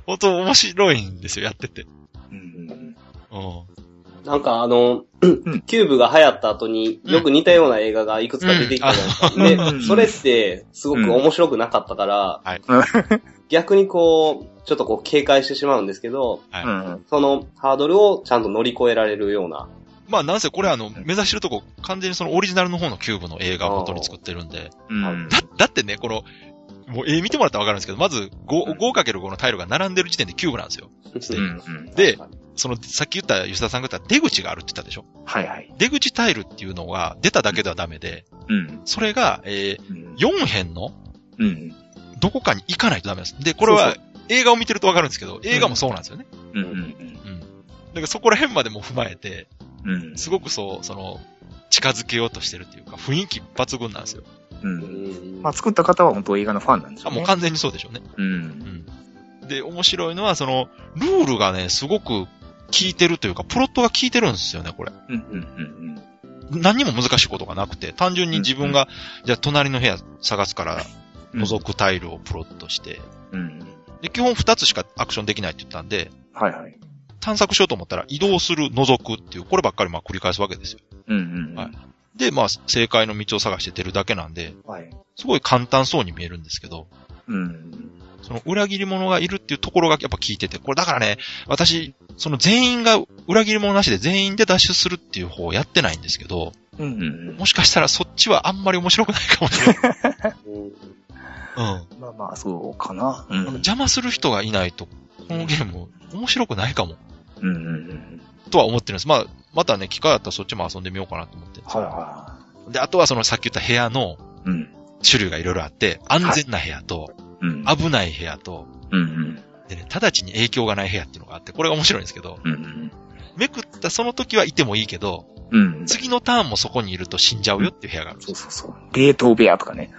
Speaker 2: 本当面白いんですよ、やってて。
Speaker 3: うんうんうん
Speaker 2: うん。
Speaker 4: なんかあの、
Speaker 3: ん
Speaker 4: キューブが流行った後によく似たような映画がいくつか出てきたじゃないですか。
Speaker 3: うん
Speaker 4: で、それってすごく面白くなかったから、逆にこう、ちょっとこう警戒してしまうんですけど、
Speaker 2: はい
Speaker 3: うん。
Speaker 4: そのハードルをちゃんと乗り越えられるような。
Speaker 2: まあ、なんせこれあの、目指してるとこ、完全にそのオリジナルの方のキューブの映画を元に作ってるんで。
Speaker 3: うん。
Speaker 2: だ、だってね、この、もう絵見てもらったらわかるんですけど、まず 5, 5×5 のタイルが並んでる時点でキューブなんですよ。
Speaker 3: うん。
Speaker 4: うん
Speaker 3: うん
Speaker 2: で、その、さっき言った吉田さんが言った出口があるって言ったでしょ
Speaker 3: はいはい。
Speaker 2: 出口タイルっていうのは出ただけではダメで、
Speaker 3: うん。
Speaker 2: それが、えー、
Speaker 3: うん
Speaker 2: 4辺の
Speaker 3: うん。
Speaker 2: どこかに行かないとダメです。で、これは映画を見てるとわかるんですけど、映画もそうなんですよね。
Speaker 3: うん。うん。
Speaker 2: うん。だからそこら辺までも踏まえて、
Speaker 3: うん。
Speaker 2: すごくそう、その、近づけようとしてるっていうか、雰囲気抜群なんですよ。
Speaker 3: うん。
Speaker 4: うん
Speaker 3: まあ、作った方は本当映画のファンなんでしょ
Speaker 2: あ、
Speaker 3: う
Speaker 2: もう
Speaker 3: ね。
Speaker 2: 完全にそうでしょうね。
Speaker 3: うん。
Speaker 2: で、面白いのは、その、ルールがね、すごく効いてるというか、プロットが効いてるんですよね、これ。
Speaker 3: うん。うん。
Speaker 2: 何にも難しいことがなくて、単純に自分が、じゃあ隣の部屋探すから、
Speaker 3: うん。
Speaker 2: 覗くタイルをプロットして、
Speaker 3: うん。
Speaker 2: で、基本2つしかアクションできないって言ったんで、
Speaker 3: はいはい。
Speaker 2: 探索しようと思ったら移動する、覗くっていう、こればっかりまあ繰り返すわけですよ。
Speaker 3: うん。うん。
Speaker 2: はいで、まあ正解の道を探して出るだけなんで、
Speaker 3: はい。
Speaker 2: すごい簡単そうに見えるんですけど、
Speaker 3: うん。
Speaker 2: その裏切り者がいるっていうところがやっぱ効いてて、これだからね、私、その全員が裏切り者なしで全員で脱出するっていう方をやってないんですけど、
Speaker 3: うん。うん
Speaker 2: もしかしたらそっちはあんまり面白くないかもしれない。
Speaker 4: うん
Speaker 2: うん。
Speaker 3: まあまあ、そうかな。うん。うん。
Speaker 2: 邪魔する人がいないと、このゲーム面白くないかも、
Speaker 3: うん。うん。
Speaker 2: とは思ってるんです。まあ、またね、機会あったらそっちも遊んでみようかなと思って。
Speaker 3: はいは
Speaker 2: で、あとはそのさっき言った部屋の
Speaker 3: い。うん。
Speaker 2: 種類がいろいろあって、安全な部屋と、
Speaker 3: うん。
Speaker 2: 危ない部屋と、
Speaker 3: うん。
Speaker 2: でね、直ちに影響がない部屋っていうのがあって、これが面白いんですけど、
Speaker 3: うん。うん。
Speaker 2: めくったその時はいてもいいけど、
Speaker 3: うん。
Speaker 2: 次のターンもそこにいると死んじゃうよっていう部屋があるんで
Speaker 3: そう
Speaker 2: す。
Speaker 3: そうそう。冷凍部屋とかね。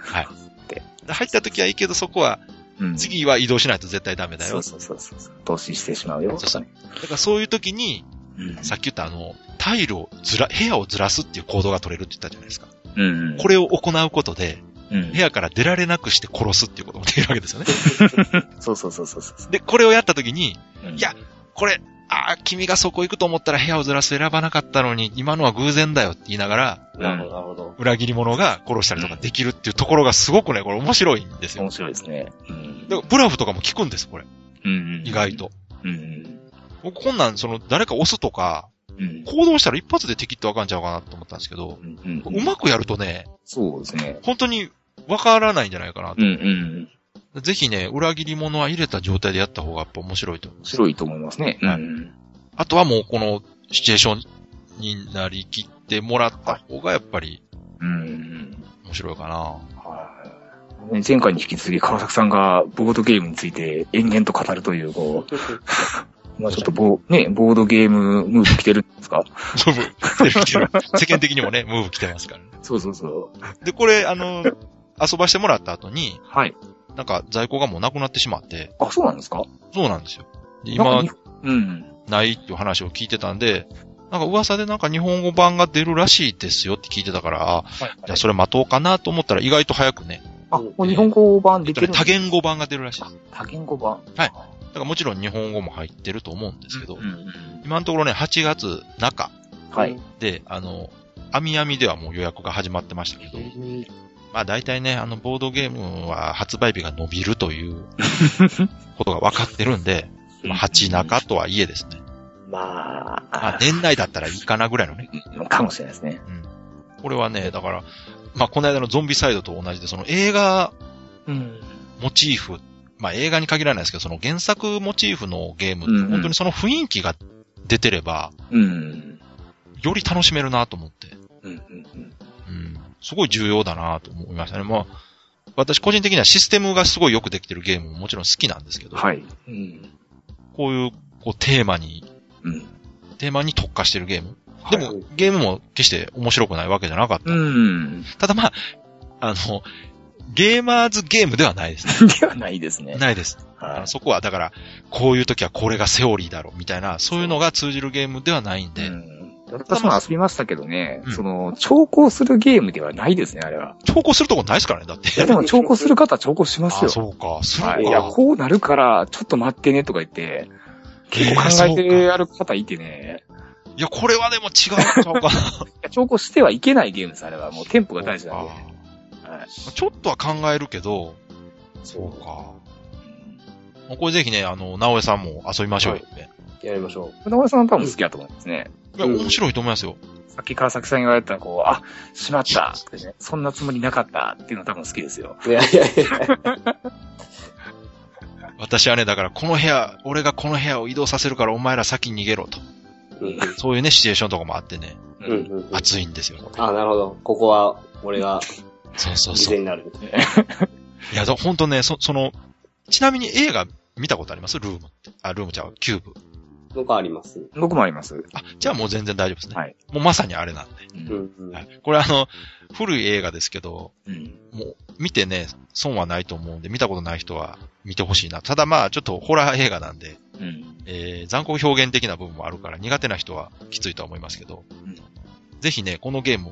Speaker 2: 入った時はいいけど、そこは、
Speaker 3: うん。
Speaker 2: 次は移動しないと絶対ダメだ
Speaker 3: そ
Speaker 2: よ
Speaker 3: う。そうそうそう。投資してしまうよ。
Speaker 2: そうそうだからそういう時に、
Speaker 3: うん。
Speaker 2: さっき言ったあの、タイルをずら、部屋をずらすっていう行動が取れるって言ったじゃないですか。
Speaker 3: うん。
Speaker 2: これを行うことで、
Speaker 3: うん
Speaker 2: 部。屋から出られなくして殺すっていうこともできるわけですよね。
Speaker 3: そうそうそうそうそう。
Speaker 2: で、これをやった時に、
Speaker 3: うん
Speaker 2: いや、これ、ああ、君がそこ行くと思ったら部屋をずらす選ばなかったのに、今のは偶然だよって言いながら、
Speaker 4: なるほど、なるほど。
Speaker 2: 裏切り者が殺したりとかできるっていうところがすごくね、これ面白いんですよ
Speaker 3: 面。白いですね。うん
Speaker 2: だからブラフとかも効くんです、これ。
Speaker 3: うん
Speaker 2: 意外。と。
Speaker 3: うん。
Speaker 2: 僕こんなん、その、誰か押すとか、
Speaker 3: うん。
Speaker 2: 行動したら一発で敵ってわかんちゃうかなと思ったんですけど、
Speaker 3: うん
Speaker 2: うまくやるとね、
Speaker 3: そうですね。
Speaker 2: 本当にわからないんじゃないかな
Speaker 3: うんう
Speaker 2: と。
Speaker 3: ん。
Speaker 2: ぜひね、裏切り者は入れた状態でやった方がやっぱ面白いと。
Speaker 3: 面白いと思いますね。
Speaker 2: うん
Speaker 3: ん。
Speaker 2: あとはもうこのシチュエーションになりきってもらった方がやっぱり
Speaker 3: うん。
Speaker 2: 面白いかな。
Speaker 3: はい前回に引き続き川崎さんがボードゲームについて延々と語るという、こう、まあちょっとボー、ね、ボードゲームムーブ来てるんですか
Speaker 2: そう、ムーブ来てる。世間的にもね、ムーブ来てますからね。
Speaker 3: そうそうそう。
Speaker 2: で、これ、あの、遊ばしてもらった後に、
Speaker 3: はい。
Speaker 2: なんか在庫がもうなくなってしまって、
Speaker 3: あ、そうなんですか
Speaker 2: そうなんですよ。で
Speaker 3: な
Speaker 2: 今
Speaker 3: ん、かうん。
Speaker 2: ないっていう話を聞いてたんで、なんか噂でなんか日本語版が出るらしいですよって聞いてたから、あ
Speaker 3: はい
Speaker 2: じゃあそれ待とうかなと思ったら意外と早くね、
Speaker 3: あ、もう日本語版出てるんです
Speaker 2: 多言語版が出るらしいです。
Speaker 3: 多言語版。
Speaker 2: はいだからもちろん日本語も入ってると思うんですけど、
Speaker 3: うんうん
Speaker 2: 今のところね、8月中
Speaker 3: はい。
Speaker 2: で、あの、アミアミではもう予約が始まってましたけど、まあ大体ね、あの、ボードゲームは発売日が伸びると いうことが分かってるんで、まあ、8中とはいえですね、
Speaker 3: ま
Speaker 2: まあ
Speaker 3: あ、
Speaker 2: 年内だったらいいかなぐらいのね、
Speaker 3: かもしれないですね。
Speaker 2: これはね、だから、まあ、この間のゾンビサイドと同じで、その映画
Speaker 3: うん。
Speaker 2: モチーフ、まあ、映画に限らないですけど、その原作モチーフのゲームって、本当にその雰囲気が出てれば、
Speaker 3: うん。
Speaker 2: より楽しめるなと思って、
Speaker 3: うんうん
Speaker 2: うん、すごい重要だなと思いましたね。まあ、私個人的にはシステムがすごいよくできてるゲームももちろん好きなんですけ
Speaker 3: うん。
Speaker 2: ど、
Speaker 3: はい。うん。
Speaker 2: こういう、こう、テーマに、
Speaker 3: うん。
Speaker 2: テーマに特化してるゲーム。
Speaker 3: は
Speaker 2: で
Speaker 3: い
Speaker 2: も、ゲームも決して面白くないわけじゃなかった。
Speaker 3: うん。
Speaker 2: ただまあ、あの、ゲーマーズゲームではないですね。
Speaker 3: ではないですね。
Speaker 2: ないです。あ
Speaker 3: は
Speaker 2: のそこは、だから、こういう時はこれがセオリーだろ、みたいな、そういうのが通じるゲームではないん
Speaker 3: い。
Speaker 2: で、
Speaker 3: うん私も遊びましたけどね
Speaker 2: うん、
Speaker 3: その、調校するゲームではないですね、あれは。
Speaker 2: 投稿するとこないですからね、だ って。
Speaker 3: いや、でも調校する方は調校しま
Speaker 2: あ
Speaker 3: すよ。
Speaker 2: そうか、そうか。
Speaker 3: はい。いや、こうなるから、ちょっと待ってねとか言って、結構考えてやる方いてね、
Speaker 2: いや、これはでも違うんちゃうかな。
Speaker 3: や調校してはいけないゲームです、あれは。もうテンポが大事なんで。
Speaker 2: そうか
Speaker 3: はい
Speaker 2: ちょっとは考えるけど、そうか。これぜひね、あの、直江さんも遊びましょうよね。
Speaker 4: やりましょ
Speaker 3: 船尾さん多分好きだと思うんですね。
Speaker 2: い、や、
Speaker 4: うん
Speaker 2: 面白いと思いますよ。
Speaker 3: さっき川崎さんに言われたこう、あ、しまったってね、そんなつもりなかったっていうの多分好きですよ。
Speaker 4: う。いや いやいや。
Speaker 2: 私はね、だからこの部屋、俺がこの部屋を移動させるからお前ら先に逃げろと。
Speaker 4: うん
Speaker 2: そういうね、シチュエーションとかもあってね、
Speaker 3: う
Speaker 4: うんうんうん。
Speaker 2: 熱いんですよ。これ
Speaker 4: あ、なるほど。ここは、俺が、
Speaker 2: そうそう
Speaker 4: 犠
Speaker 2: そう。
Speaker 4: 牲
Speaker 2: い
Speaker 4: になるみたいな。
Speaker 2: や、だほんとね、そ、その、ちなみに映画見たことありますルームって。あ、ルームちゃう、キューブ。
Speaker 4: のがあります。
Speaker 3: 僕もあります。
Speaker 2: あ、じゃあもう全然大丈夫ですね。
Speaker 3: はい
Speaker 2: もうまさにあれなんで。
Speaker 3: う。
Speaker 4: うんんうん
Speaker 2: はい、これあの、古い映画ですけど、
Speaker 3: うん。
Speaker 2: もう見てね、損はないと思うんで、見たことない人は見てほしいな。ただまあ、ちょっとホラー映画なんで、
Speaker 3: うん。
Speaker 2: えー、残酷表現的な部分もあるから苦手な人はきついとは思いますけど、
Speaker 3: うん
Speaker 2: ぜひね、このゲーム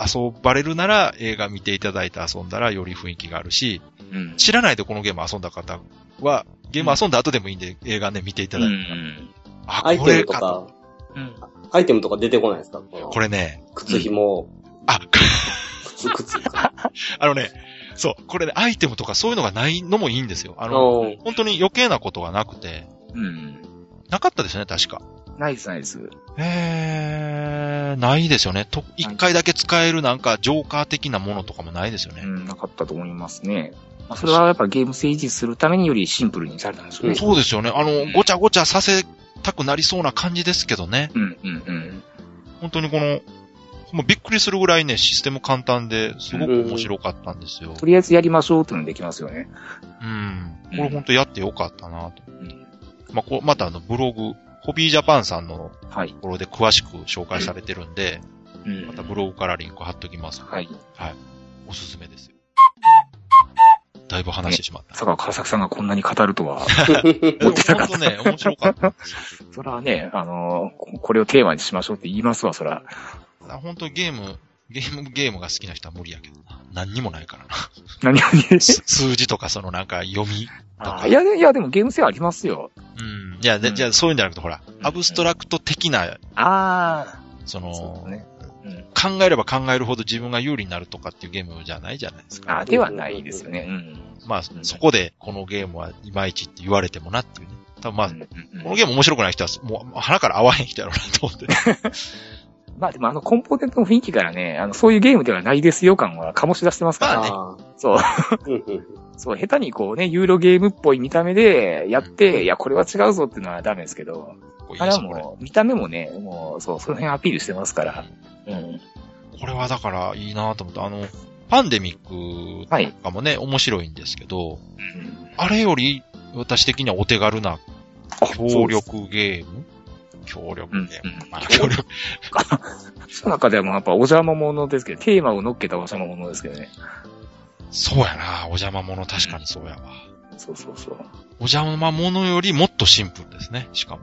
Speaker 2: 遊ばれるなら映画見ていただいて遊んだらより雰囲気があるし、
Speaker 3: うん。
Speaker 2: 知らないでこのゲーム遊んだ方は、ゲーム遊んだ後でもいいんで、映画ね、見ていただいて、
Speaker 4: ア
Speaker 2: あ、
Speaker 4: イ
Speaker 2: こ
Speaker 4: テ
Speaker 2: れ
Speaker 4: ムと
Speaker 2: かと。
Speaker 4: か、
Speaker 3: うん。
Speaker 4: アイテムとか出てこないですかこの
Speaker 2: これね、
Speaker 4: 靴紐、
Speaker 2: あ、
Speaker 4: 靴、靴。
Speaker 2: あのね、そう、これね、アイテムとかそういうのがないのもいいんですよ。 あ
Speaker 4: あ
Speaker 2: の、
Speaker 4: の、
Speaker 2: 本当に余計なことがなくて、
Speaker 3: うん。
Speaker 2: なかったですよね、確か。
Speaker 3: ないです、ないです。
Speaker 2: えー、ないですよね。と、一回だけ使えるなんか、ジョーカー的なものとかもないですよ
Speaker 3: う
Speaker 2: ね。
Speaker 3: ん、なかったと思いますね。まあ、それはやっぱゲーム性維持するためによりシンプルにされたんでしょうね。
Speaker 2: そうですよね。あ
Speaker 3: う
Speaker 2: の、
Speaker 3: ん
Speaker 2: ごちゃごちゃさせたくなりそうな感じですけどね。
Speaker 3: うん、うん、うん。
Speaker 2: 本当にこの、もうびっくりするぐらいね、システム簡単ですごく面白かったんですよ
Speaker 3: と。りあえずやりましょうっていうのできますよね。
Speaker 2: うん。
Speaker 3: うん
Speaker 2: これ本当やってよかったなと。
Speaker 3: うん。
Speaker 2: まあ、こう、またあの、ブログ、ホビージャパンさんの
Speaker 3: はい。
Speaker 2: ところで詳しく紹介されてるんで、
Speaker 3: うん
Speaker 2: またブログからリンク貼っときます。
Speaker 3: はい。
Speaker 2: おすすめですよ。だいぶ話してしまった。
Speaker 3: 佐川川崎さんがこんなに語ると は。
Speaker 2: でも本当ね、 面白かった。
Speaker 3: そらね、あのーここれをテーマにしましょうって言いますわ、そら。
Speaker 2: 本当ゲーム、ゲーム、ゲームが好きな人は無理やけどな。何にもないからな。
Speaker 3: 何より。
Speaker 2: す数字とかそのなんか読み。
Speaker 3: あいや、いや、でもゲーム性ありますよ。
Speaker 2: うん。いや、で
Speaker 3: うん
Speaker 2: じゃあそういうんじゃなくて、ほら、アブストラクト的な、
Speaker 3: あ
Speaker 2: そ
Speaker 3: あ。
Speaker 2: の、
Speaker 3: ね。うん。
Speaker 2: 考えれば考えるほど自分が有利になるとかっていうゲームじゃないじゃないですか。
Speaker 3: あーではないですよね。うん。
Speaker 2: まあ、
Speaker 3: うん
Speaker 2: そこでこのゲームはいまいちって言われてもなっていうね。多分まあ、
Speaker 3: うんうん
Speaker 2: このゲーム面白くない人は、もう腹から合わへん人やろうなと思って。
Speaker 3: まあでもあのコンポーネントの雰囲気からね、あの、そういうゲームではないですよ感は醸し出してますからね。
Speaker 4: あ
Speaker 3: そう。
Speaker 4: あ、うんうん
Speaker 3: そう、下手にこうね、ユーロゲームっぽい見た目でやって、いや、これは違うぞっていうのはダメですけど、
Speaker 2: こういい
Speaker 3: あ
Speaker 2: で
Speaker 3: れ
Speaker 2: す
Speaker 3: は
Speaker 2: これ
Speaker 3: もう、見た目もね、もう、そう、その辺アピールしてますから。うん。
Speaker 2: これはだからいいなと思って、あの、パンデミック
Speaker 3: は
Speaker 2: と
Speaker 3: い。
Speaker 2: かもね、面白いんですけど、
Speaker 3: うん
Speaker 2: あれより私的にはお手軽な協力ゲーム協力
Speaker 3: うん。う
Speaker 2: ゲ
Speaker 3: ん
Speaker 2: ーム。まあ、協力。
Speaker 3: その中でもやっぱお邪魔者ですけど、テーマを乗っけたお邪魔者ですけどね。
Speaker 2: そうやなお邪魔者確かにそうやわ。
Speaker 3: そうそうそう。
Speaker 2: お邪魔者よりもっとシンプルですね。しかも。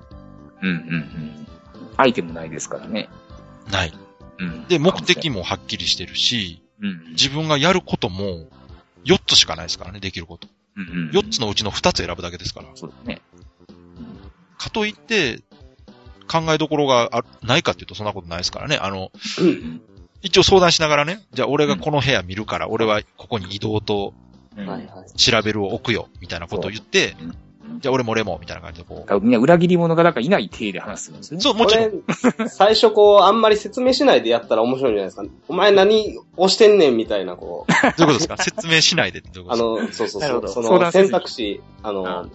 Speaker 3: うんうんうん。アイテムないですからね。
Speaker 2: ない。
Speaker 3: うん。
Speaker 2: で、目的もはっきりしてるし、
Speaker 3: うん、
Speaker 2: 自分がやることも4つしかないですからね、できること。
Speaker 3: うんうん、
Speaker 2: 4つのうちの2つ選ぶだけですから。
Speaker 3: そうだね。
Speaker 2: かといって、考えどころがあないかっていうとそんなことないですからね。あの、
Speaker 4: うん
Speaker 2: 一応相談しながらね、じゃあ俺がこの部屋見るから、俺はここに移動と
Speaker 3: う
Speaker 4: うんん。はいはい。
Speaker 2: 調べるを置くよ、みたいなことを言って
Speaker 3: う、ん
Speaker 2: じゃあ俺も俺も、みたいな感じでこ
Speaker 3: だからみんな裏切り者がなんかいない体で話するんです
Speaker 2: う。
Speaker 3: よね。
Speaker 2: そう、も
Speaker 4: こ
Speaker 2: ちろん。
Speaker 4: れ、最初こう、あんまり説明しないでやったら面白いんじゃないですか。お前何押してんねんみたいな、 こう。
Speaker 2: どういうことですか説明しないでってどういうこ
Speaker 4: あ
Speaker 2: とで
Speaker 4: の、そうそう
Speaker 3: なる
Speaker 4: そ
Speaker 3: ほ
Speaker 4: う。
Speaker 3: ど
Speaker 4: そ
Speaker 3: 相
Speaker 4: の
Speaker 3: 談せず
Speaker 4: 選
Speaker 3: に
Speaker 4: 択肢、あの
Speaker 3: う、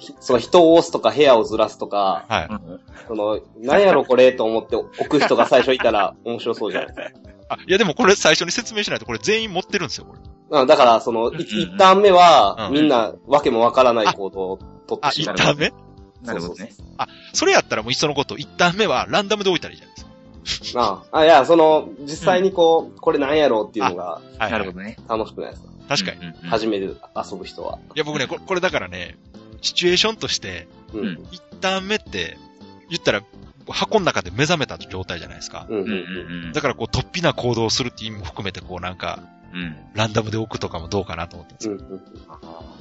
Speaker 4: ひその人を押すとか部屋をずらすとか
Speaker 2: す、かはい。
Speaker 3: うん
Speaker 4: その、何やろこれと思って置く人が最初いたら面白そうじゃないです
Speaker 2: あ、いやでもこれ最初に説明しないとこれ全員持ってるんですよ、これ。
Speaker 4: か。うんだから、その、い
Speaker 3: うんうん
Speaker 4: 一旦目は
Speaker 2: う、ん
Speaker 4: みんな、わけもわからない行動を取っ
Speaker 2: あ、
Speaker 4: てし
Speaker 2: 一
Speaker 4: まう。
Speaker 2: 旦目
Speaker 3: なるほどね。
Speaker 2: それやったらもういっそのこと、一旦目はランダムで置いたらいいじゃないですか。
Speaker 4: ああ、いや、その、実際にこう、これ何やろっていうのが
Speaker 2: はい、
Speaker 3: なるほ
Speaker 2: ど。
Speaker 3: どね。
Speaker 4: 楽しくないですか。
Speaker 2: 確かに。い
Speaker 3: に。うんうん
Speaker 4: 初めて遊ぶ人は。
Speaker 2: や僕ね、これこれだからね、シチュエーションとして、
Speaker 4: う
Speaker 3: うん
Speaker 4: ん。
Speaker 2: 一旦目って、言ったら、箱の中で目覚めた状態じゃないですか。
Speaker 4: うん。
Speaker 3: うん
Speaker 4: うん。
Speaker 3: うんうん
Speaker 2: だからこう、突飛な行動をするっていう意味も含めて、こうなんか、
Speaker 3: うん
Speaker 2: ランダムで置くとかもどうかなと思ってます
Speaker 4: うん。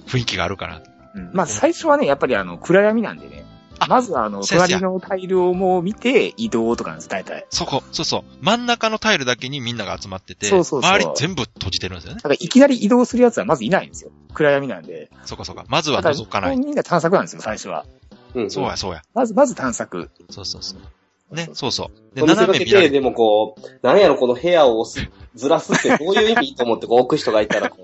Speaker 2: 雰囲気があるかなと。
Speaker 3: まあ最初はね、やっぱりあの、暗闇なんでね。
Speaker 2: あ
Speaker 3: まずはあの、
Speaker 2: 先生や
Speaker 3: 隣のタイルをもう見て移動とかなんです、大体。
Speaker 2: そこ、そうそう。真ん中のタイルだけにみんなが集まってて、
Speaker 3: そうそうそう
Speaker 2: 周り全部閉じてるんですよね
Speaker 3: だ。からいきなり移動するやつはまずいないんですよ。暗闇なんで。
Speaker 2: そうかそうか。まずは
Speaker 3: だから
Speaker 2: 覗かない。
Speaker 3: みんな探索なんですよ、最初は。
Speaker 4: うん。
Speaker 2: そうや、そうや。
Speaker 3: まず、まず探索。
Speaker 2: そうそうそう。ね、そうそう。で、
Speaker 4: お店
Speaker 2: 斜
Speaker 4: が
Speaker 2: め
Speaker 4: け
Speaker 2: 見ら
Speaker 4: て、
Speaker 2: れ
Speaker 4: で
Speaker 2: る。
Speaker 4: もこう、なんやろ、この部屋を押す、ずらすってどういう意味と思ってこう置く人がいたら、こ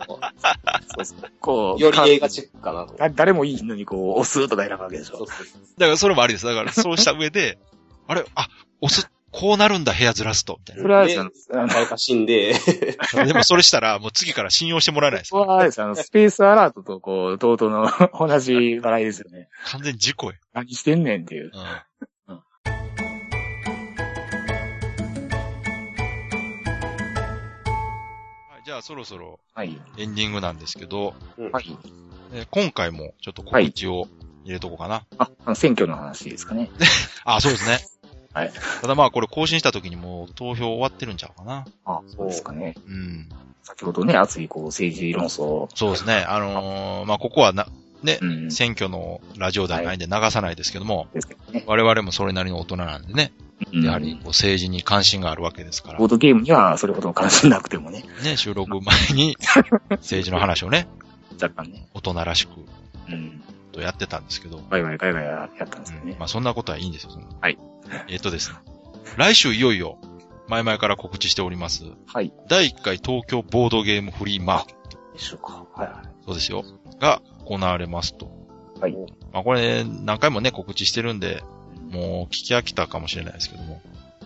Speaker 3: こ
Speaker 4: う、
Speaker 3: う、
Speaker 4: より映画
Speaker 3: か
Speaker 4: チックかなと。
Speaker 3: だ誰もいいのにこう、押すとか選ぶわけでし
Speaker 4: そ
Speaker 3: ょ
Speaker 4: う。そうそう
Speaker 2: だからそれもありです。だからそうした上で、あれ、あ、押す、こうなるんだ、部屋ずらすと、みたい
Speaker 3: それはあれですよ
Speaker 4: ね
Speaker 3: あの、
Speaker 4: 誰か死んで、
Speaker 2: な。 でもそれしたら、もう次から信用してもらえないです
Speaker 3: そ。こはあれです よあの、スペースアラートとこう、とうとうの同じ笑いですよね。
Speaker 2: 完全に事故や。
Speaker 3: 何してんねんっていう。
Speaker 2: う
Speaker 3: うんん。
Speaker 2: はいじゃあそろそろ
Speaker 3: はい。
Speaker 2: エンディングなんですけど、
Speaker 3: はい。
Speaker 2: えー今回もちょっと告知を入れとこうかな。
Speaker 3: あ、あの、選挙の話ですかね。
Speaker 2: あ、そうですね。
Speaker 3: はい。
Speaker 2: ただまあこれ更新した時にもう投票終わってるんちゃうかな。
Speaker 3: あ、そうですかね。
Speaker 2: うん。
Speaker 3: 先ほどね、熱いこう、政治論争。
Speaker 2: そうですね。あのーまあここはな、ね
Speaker 3: う、ん。
Speaker 2: 選挙のラジオではないんで流さないですけども、
Speaker 3: ですけどね。
Speaker 2: 我々もそれなりの大人なんでね、
Speaker 3: うん
Speaker 2: やはりこう政治に関心があるわけですから
Speaker 3: ボー、ドゲームにはそれほど関心なくてもね、
Speaker 2: ね、収録前 に政治の話をね、
Speaker 3: 若干ね、
Speaker 2: 大人らしく
Speaker 3: うん、
Speaker 2: とやってたんですけど、
Speaker 3: ワイワイガイガイやったんですよ
Speaker 2: うん
Speaker 3: ね。
Speaker 2: まあそんなことはいいんですよ。その
Speaker 3: はい。
Speaker 2: えっとですね、来週いよいよ、前々から告知しております、
Speaker 3: はい。
Speaker 2: 第1回東京ボードゲームフリーマーケッ
Speaker 3: でしょうか。はいは
Speaker 2: ト、そうですよ、が行われますと。
Speaker 3: い。はい。
Speaker 2: まあこれ、何回もね、告知してるんで、
Speaker 3: う、
Speaker 2: もう聞き飽きたかもしれないですけども、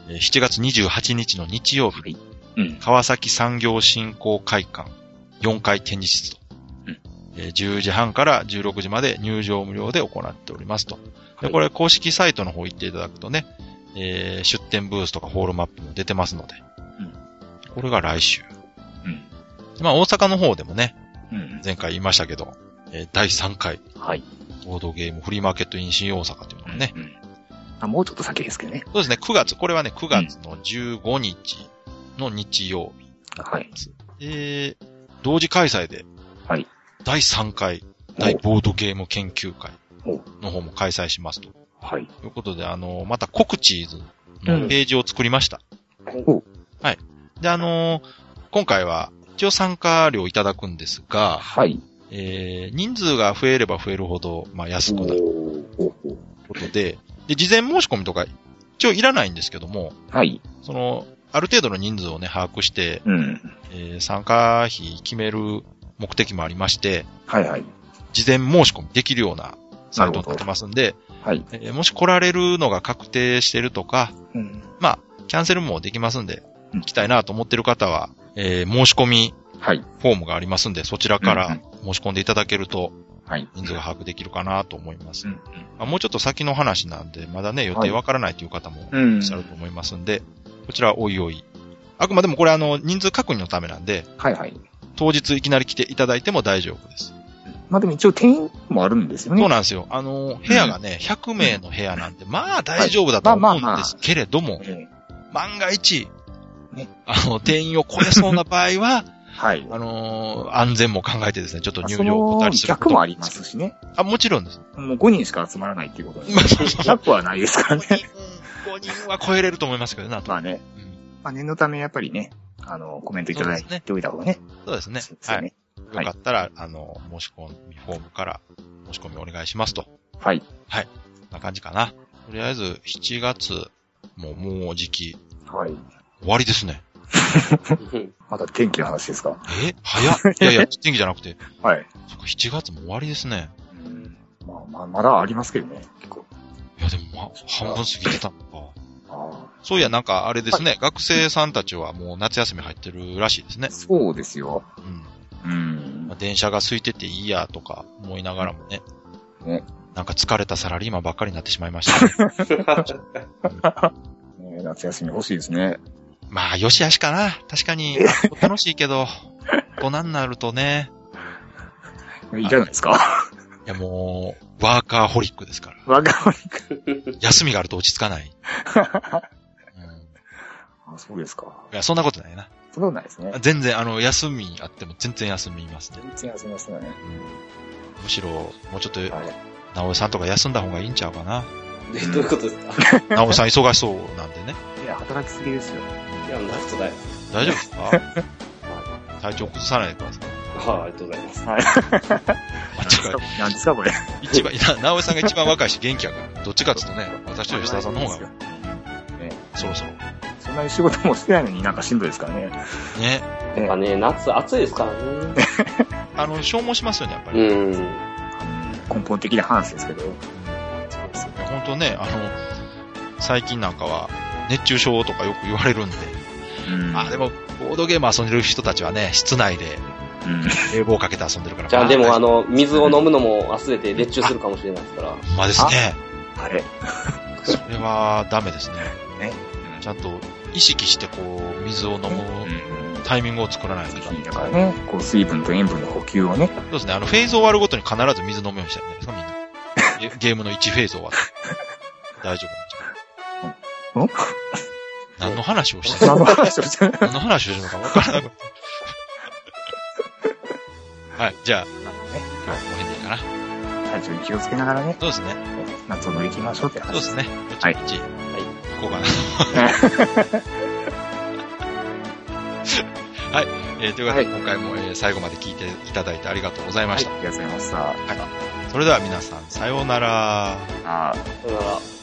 Speaker 2: えー7月28日の日曜日、
Speaker 3: うん。
Speaker 2: 川崎産業振興会館4階展示室と、
Speaker 3: うん
Speaker 2: えー10時半から16時まで入場無料で行っておりますと。
Speaker 3: は
Speaker 2: で
Speaker 3: い
Speaker 2: これ公式サイトの方行っていただくとね、えー出店ブースとかホールマップも出てますので、
Speaker 3: うん
Speaker 2: これが来週。
Speaker 3: うん。
Speaker 2: まあ大阪の方でもね、
Speaker 3: うん。
Speaker 2: 前回言いましたけど、えー第3回
Speaker 3: はい。
Speaker 2: ボードゲームフリーマーケットイン新大阪というのがね、
Speaker 3: うん。あ、もうちょっと先ですけどね。
Speaker 2: そうですね、9月、これはね、9月の15日の日曜日。
Speaker 3: はい。
Speaker 2: えー、同時開催で、
Speaker 3: はい
Speaker 2: 第3回、大ボードゲーム研究会
Speaker 3: お
Speaker 2: の方も開催しますと。
Speaker 3: はい。
Speaker 2: ということで、あの、またコクチーズのページを作りました。
Speaker 3: お
Speaker 2: はい。で、あの、今回は、一応参加料いただくんですが、
Speaker 3: はい。
Speaker 2: えー、人数が増えれば増えるほど、まあ、安くなる
Speaker 4: おー
Speaker 2: ということで、で、事前申し込みとか、一応いらないんですけども、
Speaker 3: はい。
Speaker 2: その、ある程度の人数をね、把握して、
Speaker 3: うん。
Speaker 2: えー参加費決める目的もありまして、
Speaker 3: はいはい。
Speaker 2: 事前申し込みできるようなサイトになってますんで、
Speaker 3: はい。
Speaker 2: えーもし来られるのが確定してるとか、
Speaker 3: うん。
Speaker 2: まあ、キャンセルもできますんで、
Speaker 3: うん
Speaker 2: 行きたいなと思ってる方は、えー申し込み
Speaker 3: はい。
Speaker 2: フォームがありますんで、そちらか
Speaker 3: うんう
Speaker 2: ら
Speaker 3: ん
Speaker 2: 申し込んでいただけると、
Speaker 3: はい。
Speaker 2: 人数が把握できるかなと思います。
Speaker 3: うん。
Speaker 2: まあもうちょっと先の話なんで、まだね、予定わからないという方も
Speaker 3: うん。
Speaker 2: いらっしゃると思いますんで、こちらおいおい。あくまでもこれあの、人数確認のためなんで、
Speaker 3: はいはい。
Speaker 2: 当日いきなり来ていただいても大丈夫です。
Speaker 3: まあでも一応定員もあるんですよね。
Speaker 2: そうなんですよ。あの、部屋がね、100名の部屋なんて、まあ大丈夫だと
Speaker 3: はいまあ
Speaker 2: 思
Speaker 3: まあま
Speaker 2: うん
Speaker 3: あ
Speaker 2: ですけれども、
Speaker 3: うん
Speaker 2: 万が一
Speaker 3: ね、
Speaker 2: あの、定員を超えそうな場合 は、
Speaker 3: はい。
Speaker 2: あの、安全も考えてですね、ちょっと入
Speaker 3: そ
Speaker 2: 場をお断
Speaker 3: の
Speaker 2: りすること
Speaker 3: 逆もあります。しね。
Speaker 2: あ、もちろんです。
Speaker 3: もう5人しか集まらないっていうことで
Speaker 2: まあそうそう
Speaker 3: 100はないですから
Speaker 2: 5
Speaker 3: ね。
Speaker 2: 人、5人は超えれると思いますけどね、あと。
Speaker 3: まあね。
Speaker 2: うん
Speaker 3: まあ念のためやっぱりね、あの、コメントいただいておいた方がね。
Speaker 2: そうですね
Speaker 3: そう。です
Speaker 2: は
Speaker 3: よ
Speaker 2: い。
Speaker 3: ね。
Speaker 2: よかったら、あの、申し込みフォームから申し込みお願いしますと。
Speaker 3: はい。
Speaker 2: こんな感じかな。とりあえず、7月、もう、もう時期、
Speaker 3: はい。
Speaker 2: 終わりですね。
Speaker 4: うん
Speaker 3: また天気の話ですか
Speaker 2: え早っ。いやい や、天気じゃなくて、
Speaker 3: はい。
Speaker 2: そっか、7月も終わりですね。
Speaker 3: うんまあ、まあ、まだありますけどね。結構。
Speaker 2: いや、でも、ま、半分過ぎてたのか。
Speaker 3: あ
Speaker 2: そういや、なんか、あれですね、学生さんたちはもう夏休み入ってるらしいですね
Speaker 3: あ、。そうですよ。
Speaker 2: うん。
Speaker 3: うん
Speaker 2: まあ、。電車が空いてていいや、とか思いながらもね。
Speaker 3: ね。
Speaker 2: なんか疲れたサラリーマンばっかりになってしまいました ね、
Speaker 3: ね夏休み欲しいですね。
Speaker 2: まあ、よしあしかな。確かに、楽しいけど、大人になるとね、
Speaker 3: いらないです か
Speaker 2: いやもう、ワーカーホリックですから。
Speaker 3: わかり
Speaker 2: 休みがあると落ち着か ない。うん、
Speaker 3: あ、そうですか。
Speaker 2: いや、そんなことないな。
Speaker 3: そんなことないですね。
Speaker 2: 全然、あの、休みあっても全然休みますね。
Speaker 3: 全然休みますよね。
Speaker 2: むしろ、もうちょっと、
Speaker 3: はい。
Speaker 2: 直江さんとか休んだ方がいいんちゃうかな。
Speaker 4: で、どういうことですか
Speaker 2: なおさん忙しそうなんでね。
Speaker 3: いや、働きすぎですよ。
Speaker 4: いや、もうラストだよ。
Speaker 2: 大丈夫で すか体調崩さないでください。
Speaker 4: はい、ありがとうございます。
Speaker 3: はい。
Speaker 2: 間違い
Speaker 3: 何ですか、これ。
Speaker 2: 一番、 ななおさんが一番若いし元気やから。どっちかっていうとね、私と吉田さんの方が、そろそろ。
Speaker 3: そんなに仕事もしてないのになんかしんどいですからね。
Speaker 2: ね。
Speaker 4: やっぱね、夏暑いですからね。
Speaker 2: あの、消耗しますよね、やっぱ り。
Speaker 4: うん。
Speaker 3: 根本的な話ですけど。
Speaker 2: 本当ね、あの、最近なんかは、熱中症とかよく言われるんで。
Speaker 3: うん
Speaker 2: まあでも、ボードゲーム遊んでる人たちはね、室内で
Speaker 3: うん。
Speaker 2: 冷房かけて遊んでるから。
Speaker 4: じゃあ、でも、あ
Speaker 2: の、
Speaker 4: の、水を飲むのも忘れて熱中するかもしれないですから。
Speaker 2: まあですね。
Speaker 3: あれ。
Speaker 2: それはダメですね。
Speaker 3: ね。
Speaker 2: ちゃんと意識してこう、水を飲
Speaker 3: う
Speaker 2: む
Speaker 3: ん。
Speaker 2: タイミングを作らないといけない。
Speaker 3: だからね、こう、水分と塩分の補給をね。
Speaker 2: そうですね。あの、フェーズ終わるごとに必ず水飲むようにしたらいいんじゃないですか、みんな。ゲ ゲームの1フェーズ終わって。大丈夫 なんじゃない何の話をしてる
Speaker 3: 何の話をしてる
Speaker 2: 何の話をしてるのか分からなかった。はい、じゃあ、今日はこの辺でいいかな。
Speaker 3: 体調に気をつけながらね、
Speaker 2: そうですね。
Speaker 3: 夏を乗り切りましょうって
Speaker 2: そう
Speaker 3: 話
Speaker 2: ですね。
Speaker 3: はい
Speaker 2: ぼちぼち。
Speaker 4: い
Speaker 2: 行こうかな。 はい。えーというわけで、
Speaker 4: は
Speaker 2: 今回も、えー最後まで聞いていただいてありがとうございました。
Speaker 3: はい、ありがとうございました。
Speaker 2: それでは皆さん、さようなら。
Speaker 4: さ
Speaker 3: あー
Speaker 4: よなら。